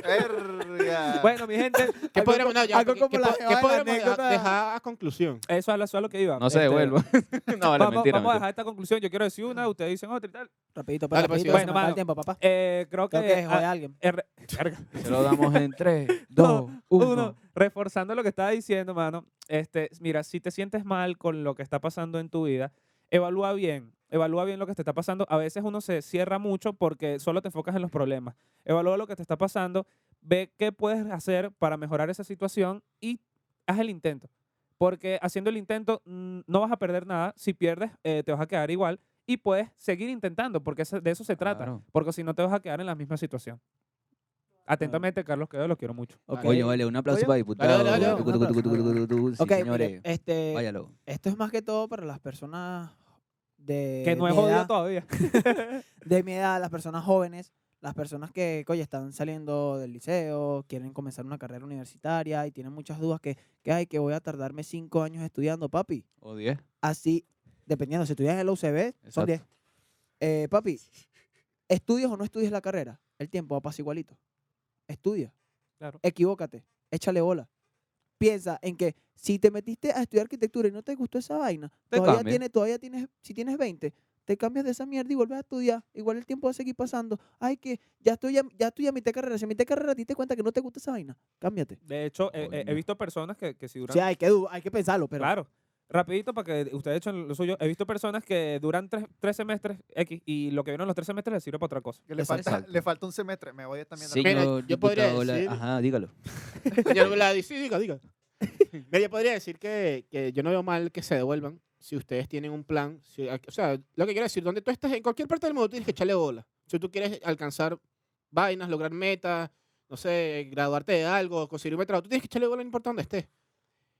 Verga.
Bueno, mi gente,
¿Qué
Algo
podríamos,
co-
no, ya,
algo
¿qué-
como
qué
la
po-
jeva de
qué
la
podríamos dejar-
anécdota.
dejar a conclusión?
eso es lo- eso es lo que iba.
No se
Este,
devuelva. no, vale,
vamos,
mentira.
vamos a
mentira.
dejar esta conclusión. Yo quiero decir una, ustedes dicen otra y tal.
Rapidito, para
Dale, pues, sí,
rapidito.
va.
se me acaba el tiempo, papá.
Eh, creo que.
Tengo que joder
ah,
a alguien.
er- verga.
Se lo damos en 3, 2,
Uno,
1.
reforzando lo que estaba diciendo, mano. Este, mira, si te sientes mal con lo que está pasando en tu vida, evalúa bien. Evalúa bien lo que te está pasando. A veces uno se cierra mucho porque solo te enfocas en los problemas. Evalúa lo que te está pasando, ve qué puedes hacer para mejorar esa situación y haz el intento. Porque haciendo el intento mm, no vas a perder nada. Si pierdes, eh, te vas a quedar igual y puedes seguir intentando porque eso- de eso se trata.
Claro.
Porque si no, te vas a quedar en la misma situación. Atentamente, Carlos Quevedo, lo quiero mucho.
Ok.
Coño, vale, un aplauso
Oye,
para diputado.
dale, dale, dale,
Tucu,
un
tucu,
aplauso,
tucu,
un
tucu, tucu, sí,
ok, mire,
señores.
este,
Váyalo.
esto es más que todo para las personas de
Que no
mi
es jodido
edad.
todavía.
de mi edad, las personas jóvenes, las personas que, coño, están saliendo del liceo, quieren comenzar una carrera universitaria y tienen muchas dudas que, que ay, que voy a tardarme cinco años estudiando, papi.
O 10.
Así, dependiendo, si estudias en la UCB,
Exacto.
son 10. Eh, papi, estudias o no estudias la carrera, el tiempo va a pasar igualito. Estudia.
Claro.
Equivócate, échale bola. Piensa en que si te metiste a estudiar arquitectura y no te gustó esa vaina,
Te
todavía,
cambias.
tienes, todavía tienes, si tienes 20, te cambias de esa mierda y vuelves a estudiar. Igual el tiempo va a seguir pasando. Ay, que ya estoy a, ya estoy a mitad de carrera. Si a mitad de carrera te diste cuenta que no te gusta esa vaina, cámbiate.
De hecho, eh, eh, he
Coño.
visto personas que, que si
O
duran.
sea, hay que, du- hay que pensarlo, pero
claro. rapidito para que ustedes echen lo suyo. He visto personas que duran tres, tres semestres X y lo que vieron los tres semestres les sirve para otra cosa.
Que le,
Exacto.
falta, le falta un semestre. Me voy también. de la-
Mira, yo
diputado
podría
Ola-
decir-
Ajá, dígalo.
Señor Gladys, sí, diga, diga. Mira, yo podría decir que, que yo no veo mal que se devuelvan si ustedes tienen un plan. si- o sea, lo que quiero decir, donde tú estés, en cualquier parte del mundo, tienes que echarle bola. Si tú quieres alcanzar vainas, lograr metas, no sé, graduarte de algo, conseguir un buen trabajo, tú tienes que echarle bola no importa dónde estés.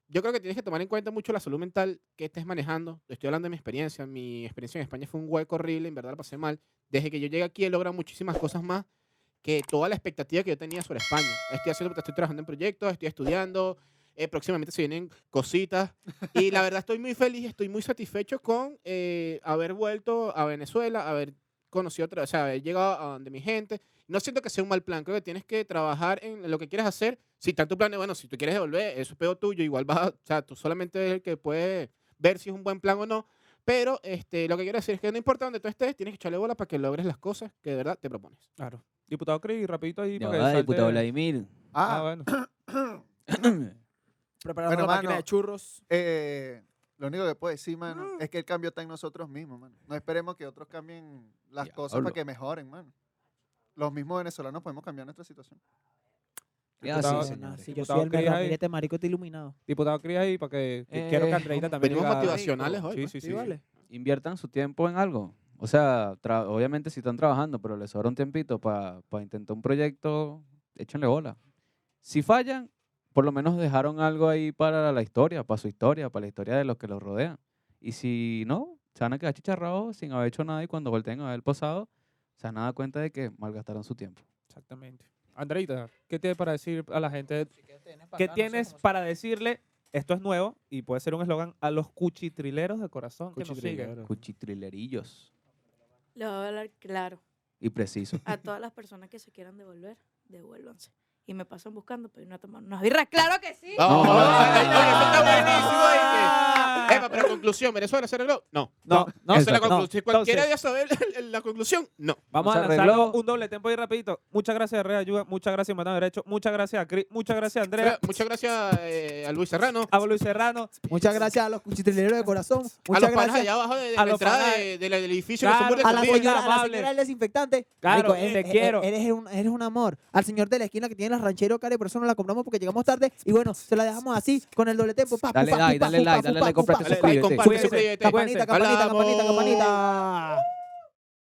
Yo creo que tienes que tomar en cuenta mucho la salud mental que estés manejando. Estoy hablando de mi experiencia. Mi experiencia en España fue un hueco horrible, en verdad la pasé mal. Desde que yo llegué aquí he logrado muchísimas cosas más que toda la expectativa que yo tenía sobre España. Estoy haciendo, estoy trabajando en proyectos, estoy estudiando, eh, próximamente se vienen cositas. Y la verdad estoy muy feliz, estoy muy satisfecho con eh, haber vuelto a Venezuela, haber conocido otra, o sea, haber llegado a donde mi gente. No siento que sea un mal plan, creo que tienes que trabajar en lo que quieres hacer. Si está en tu plan, bueno, si tú quieres devolver, eso es pedo tuyo, igual vas, a- o sea, tú solamente eres el que puede ver si es un buen plan o no. Pero este, lo que quiero decir es que no importa donde tú estés, tienes que echarle bola para que logres las cosas que de verdad te propones.
Claro. Diputado Cris, rapidito ahí
Ya
para que
va,
salte-
diputado Vladimir.
Ah,
Ah,
bueno.
Preparando
Bueno,
la máquina
mano.
de churros.
eh, lo único que puedo decir, mano, es que el cambio está en nosotros mismos, mano. No esperemos que otros cambien las cosas
Diablo.
para que mejoren, mano. Los mismos venezolanos podemos cambiar nuestra situación.
Ya, sí, pues
Diputado-
Sí, no,
señores.
sí, yo
Diputado
soy el
Cris
mejor.
ahí.
Mira, este marico está iluminado.
Diputado Cris ahí para que... que quiero que
Eh,
Andreita también
Venimos
diga-
motivacionales hoy.
Sí,
pues.
sí,
Sí,
sí.
vale.
Inviertan su tiempo en algo. O sea, tra- obviamente si están trabajando, pero les sobra un tiempito para intentar un proyecto, échenle bola. Si fallan, por lo menos dejaron algo ahí para la historia, para su historia, para la historia de los que los rodean. Y si no, se van a quedar chicharrados sin haber hecho nada y cuando volteen a ver el pasado, se van a dar cuenta de que malgastaron su tiempo.
Exactamente. Andreita, ¿qué tienes para decir a la gente? ¿Qué tienes para decirle? Esto es nuevo y puede ser un eslogan a los cuchitrileros de corazón que nos siguen.
Cuchitrilerillos.
Le voy a hablar claro.
Y preciso.
A todas las personas que se quieran devolver, devuélvanse. Y me pasan buscando para irme a tomar unas birras. ¡Claro que sí!
No, no, no,
Ah.
no, eso está buenísimo, ¿viste? Epa, pero conclusión, ¿Venezuela se arregló? No.
No, no,
Esa es la
no.
conclusión. Si cualquiera
Entonces,
ya sabe el- el- la conclusión, no.
Vamos
Se
a lanzarlo
arregló.
un doble tempo ahí rapidito. Muchas gracias a Red Ayuda, muchas gracias a Matado Derecho, muchas gracias a Cris, muchas gracias a Andrea,
Mira, Muchas gracias eh, a Luis Serrano,
a Luis Serrano.
Muchas gracias a los cuchitrileros de corazón.
a
Muchas
los panas
gracias
allá abajo de, de
a
la
los
entrada
panas-
de- de la- del edificio.
Claro,
que son burda
a la
conmigo.
También,
señora, a la
amable.
señora del desinfectante.
Claro,
Marico,
él te
eh, eh,
quiero.
Eres un, eres un amor. Al señor de la esquina que tiene las ranchero cara y por eso no la compramos porque llegamos tarde. Y bueno, se la dejamos así con el doble tempo. Pa,
Dale
pufa,
like,
pufa,
dale
pufa,
like, dale
pufa,
like,
pufa,
comparte,
pufa.
Dale
suscríbete.
like, comparte,
Cuídate.
suscríbete.
Cuídate.
Campanita, campanita,
Hablamos.
campanita, campanita.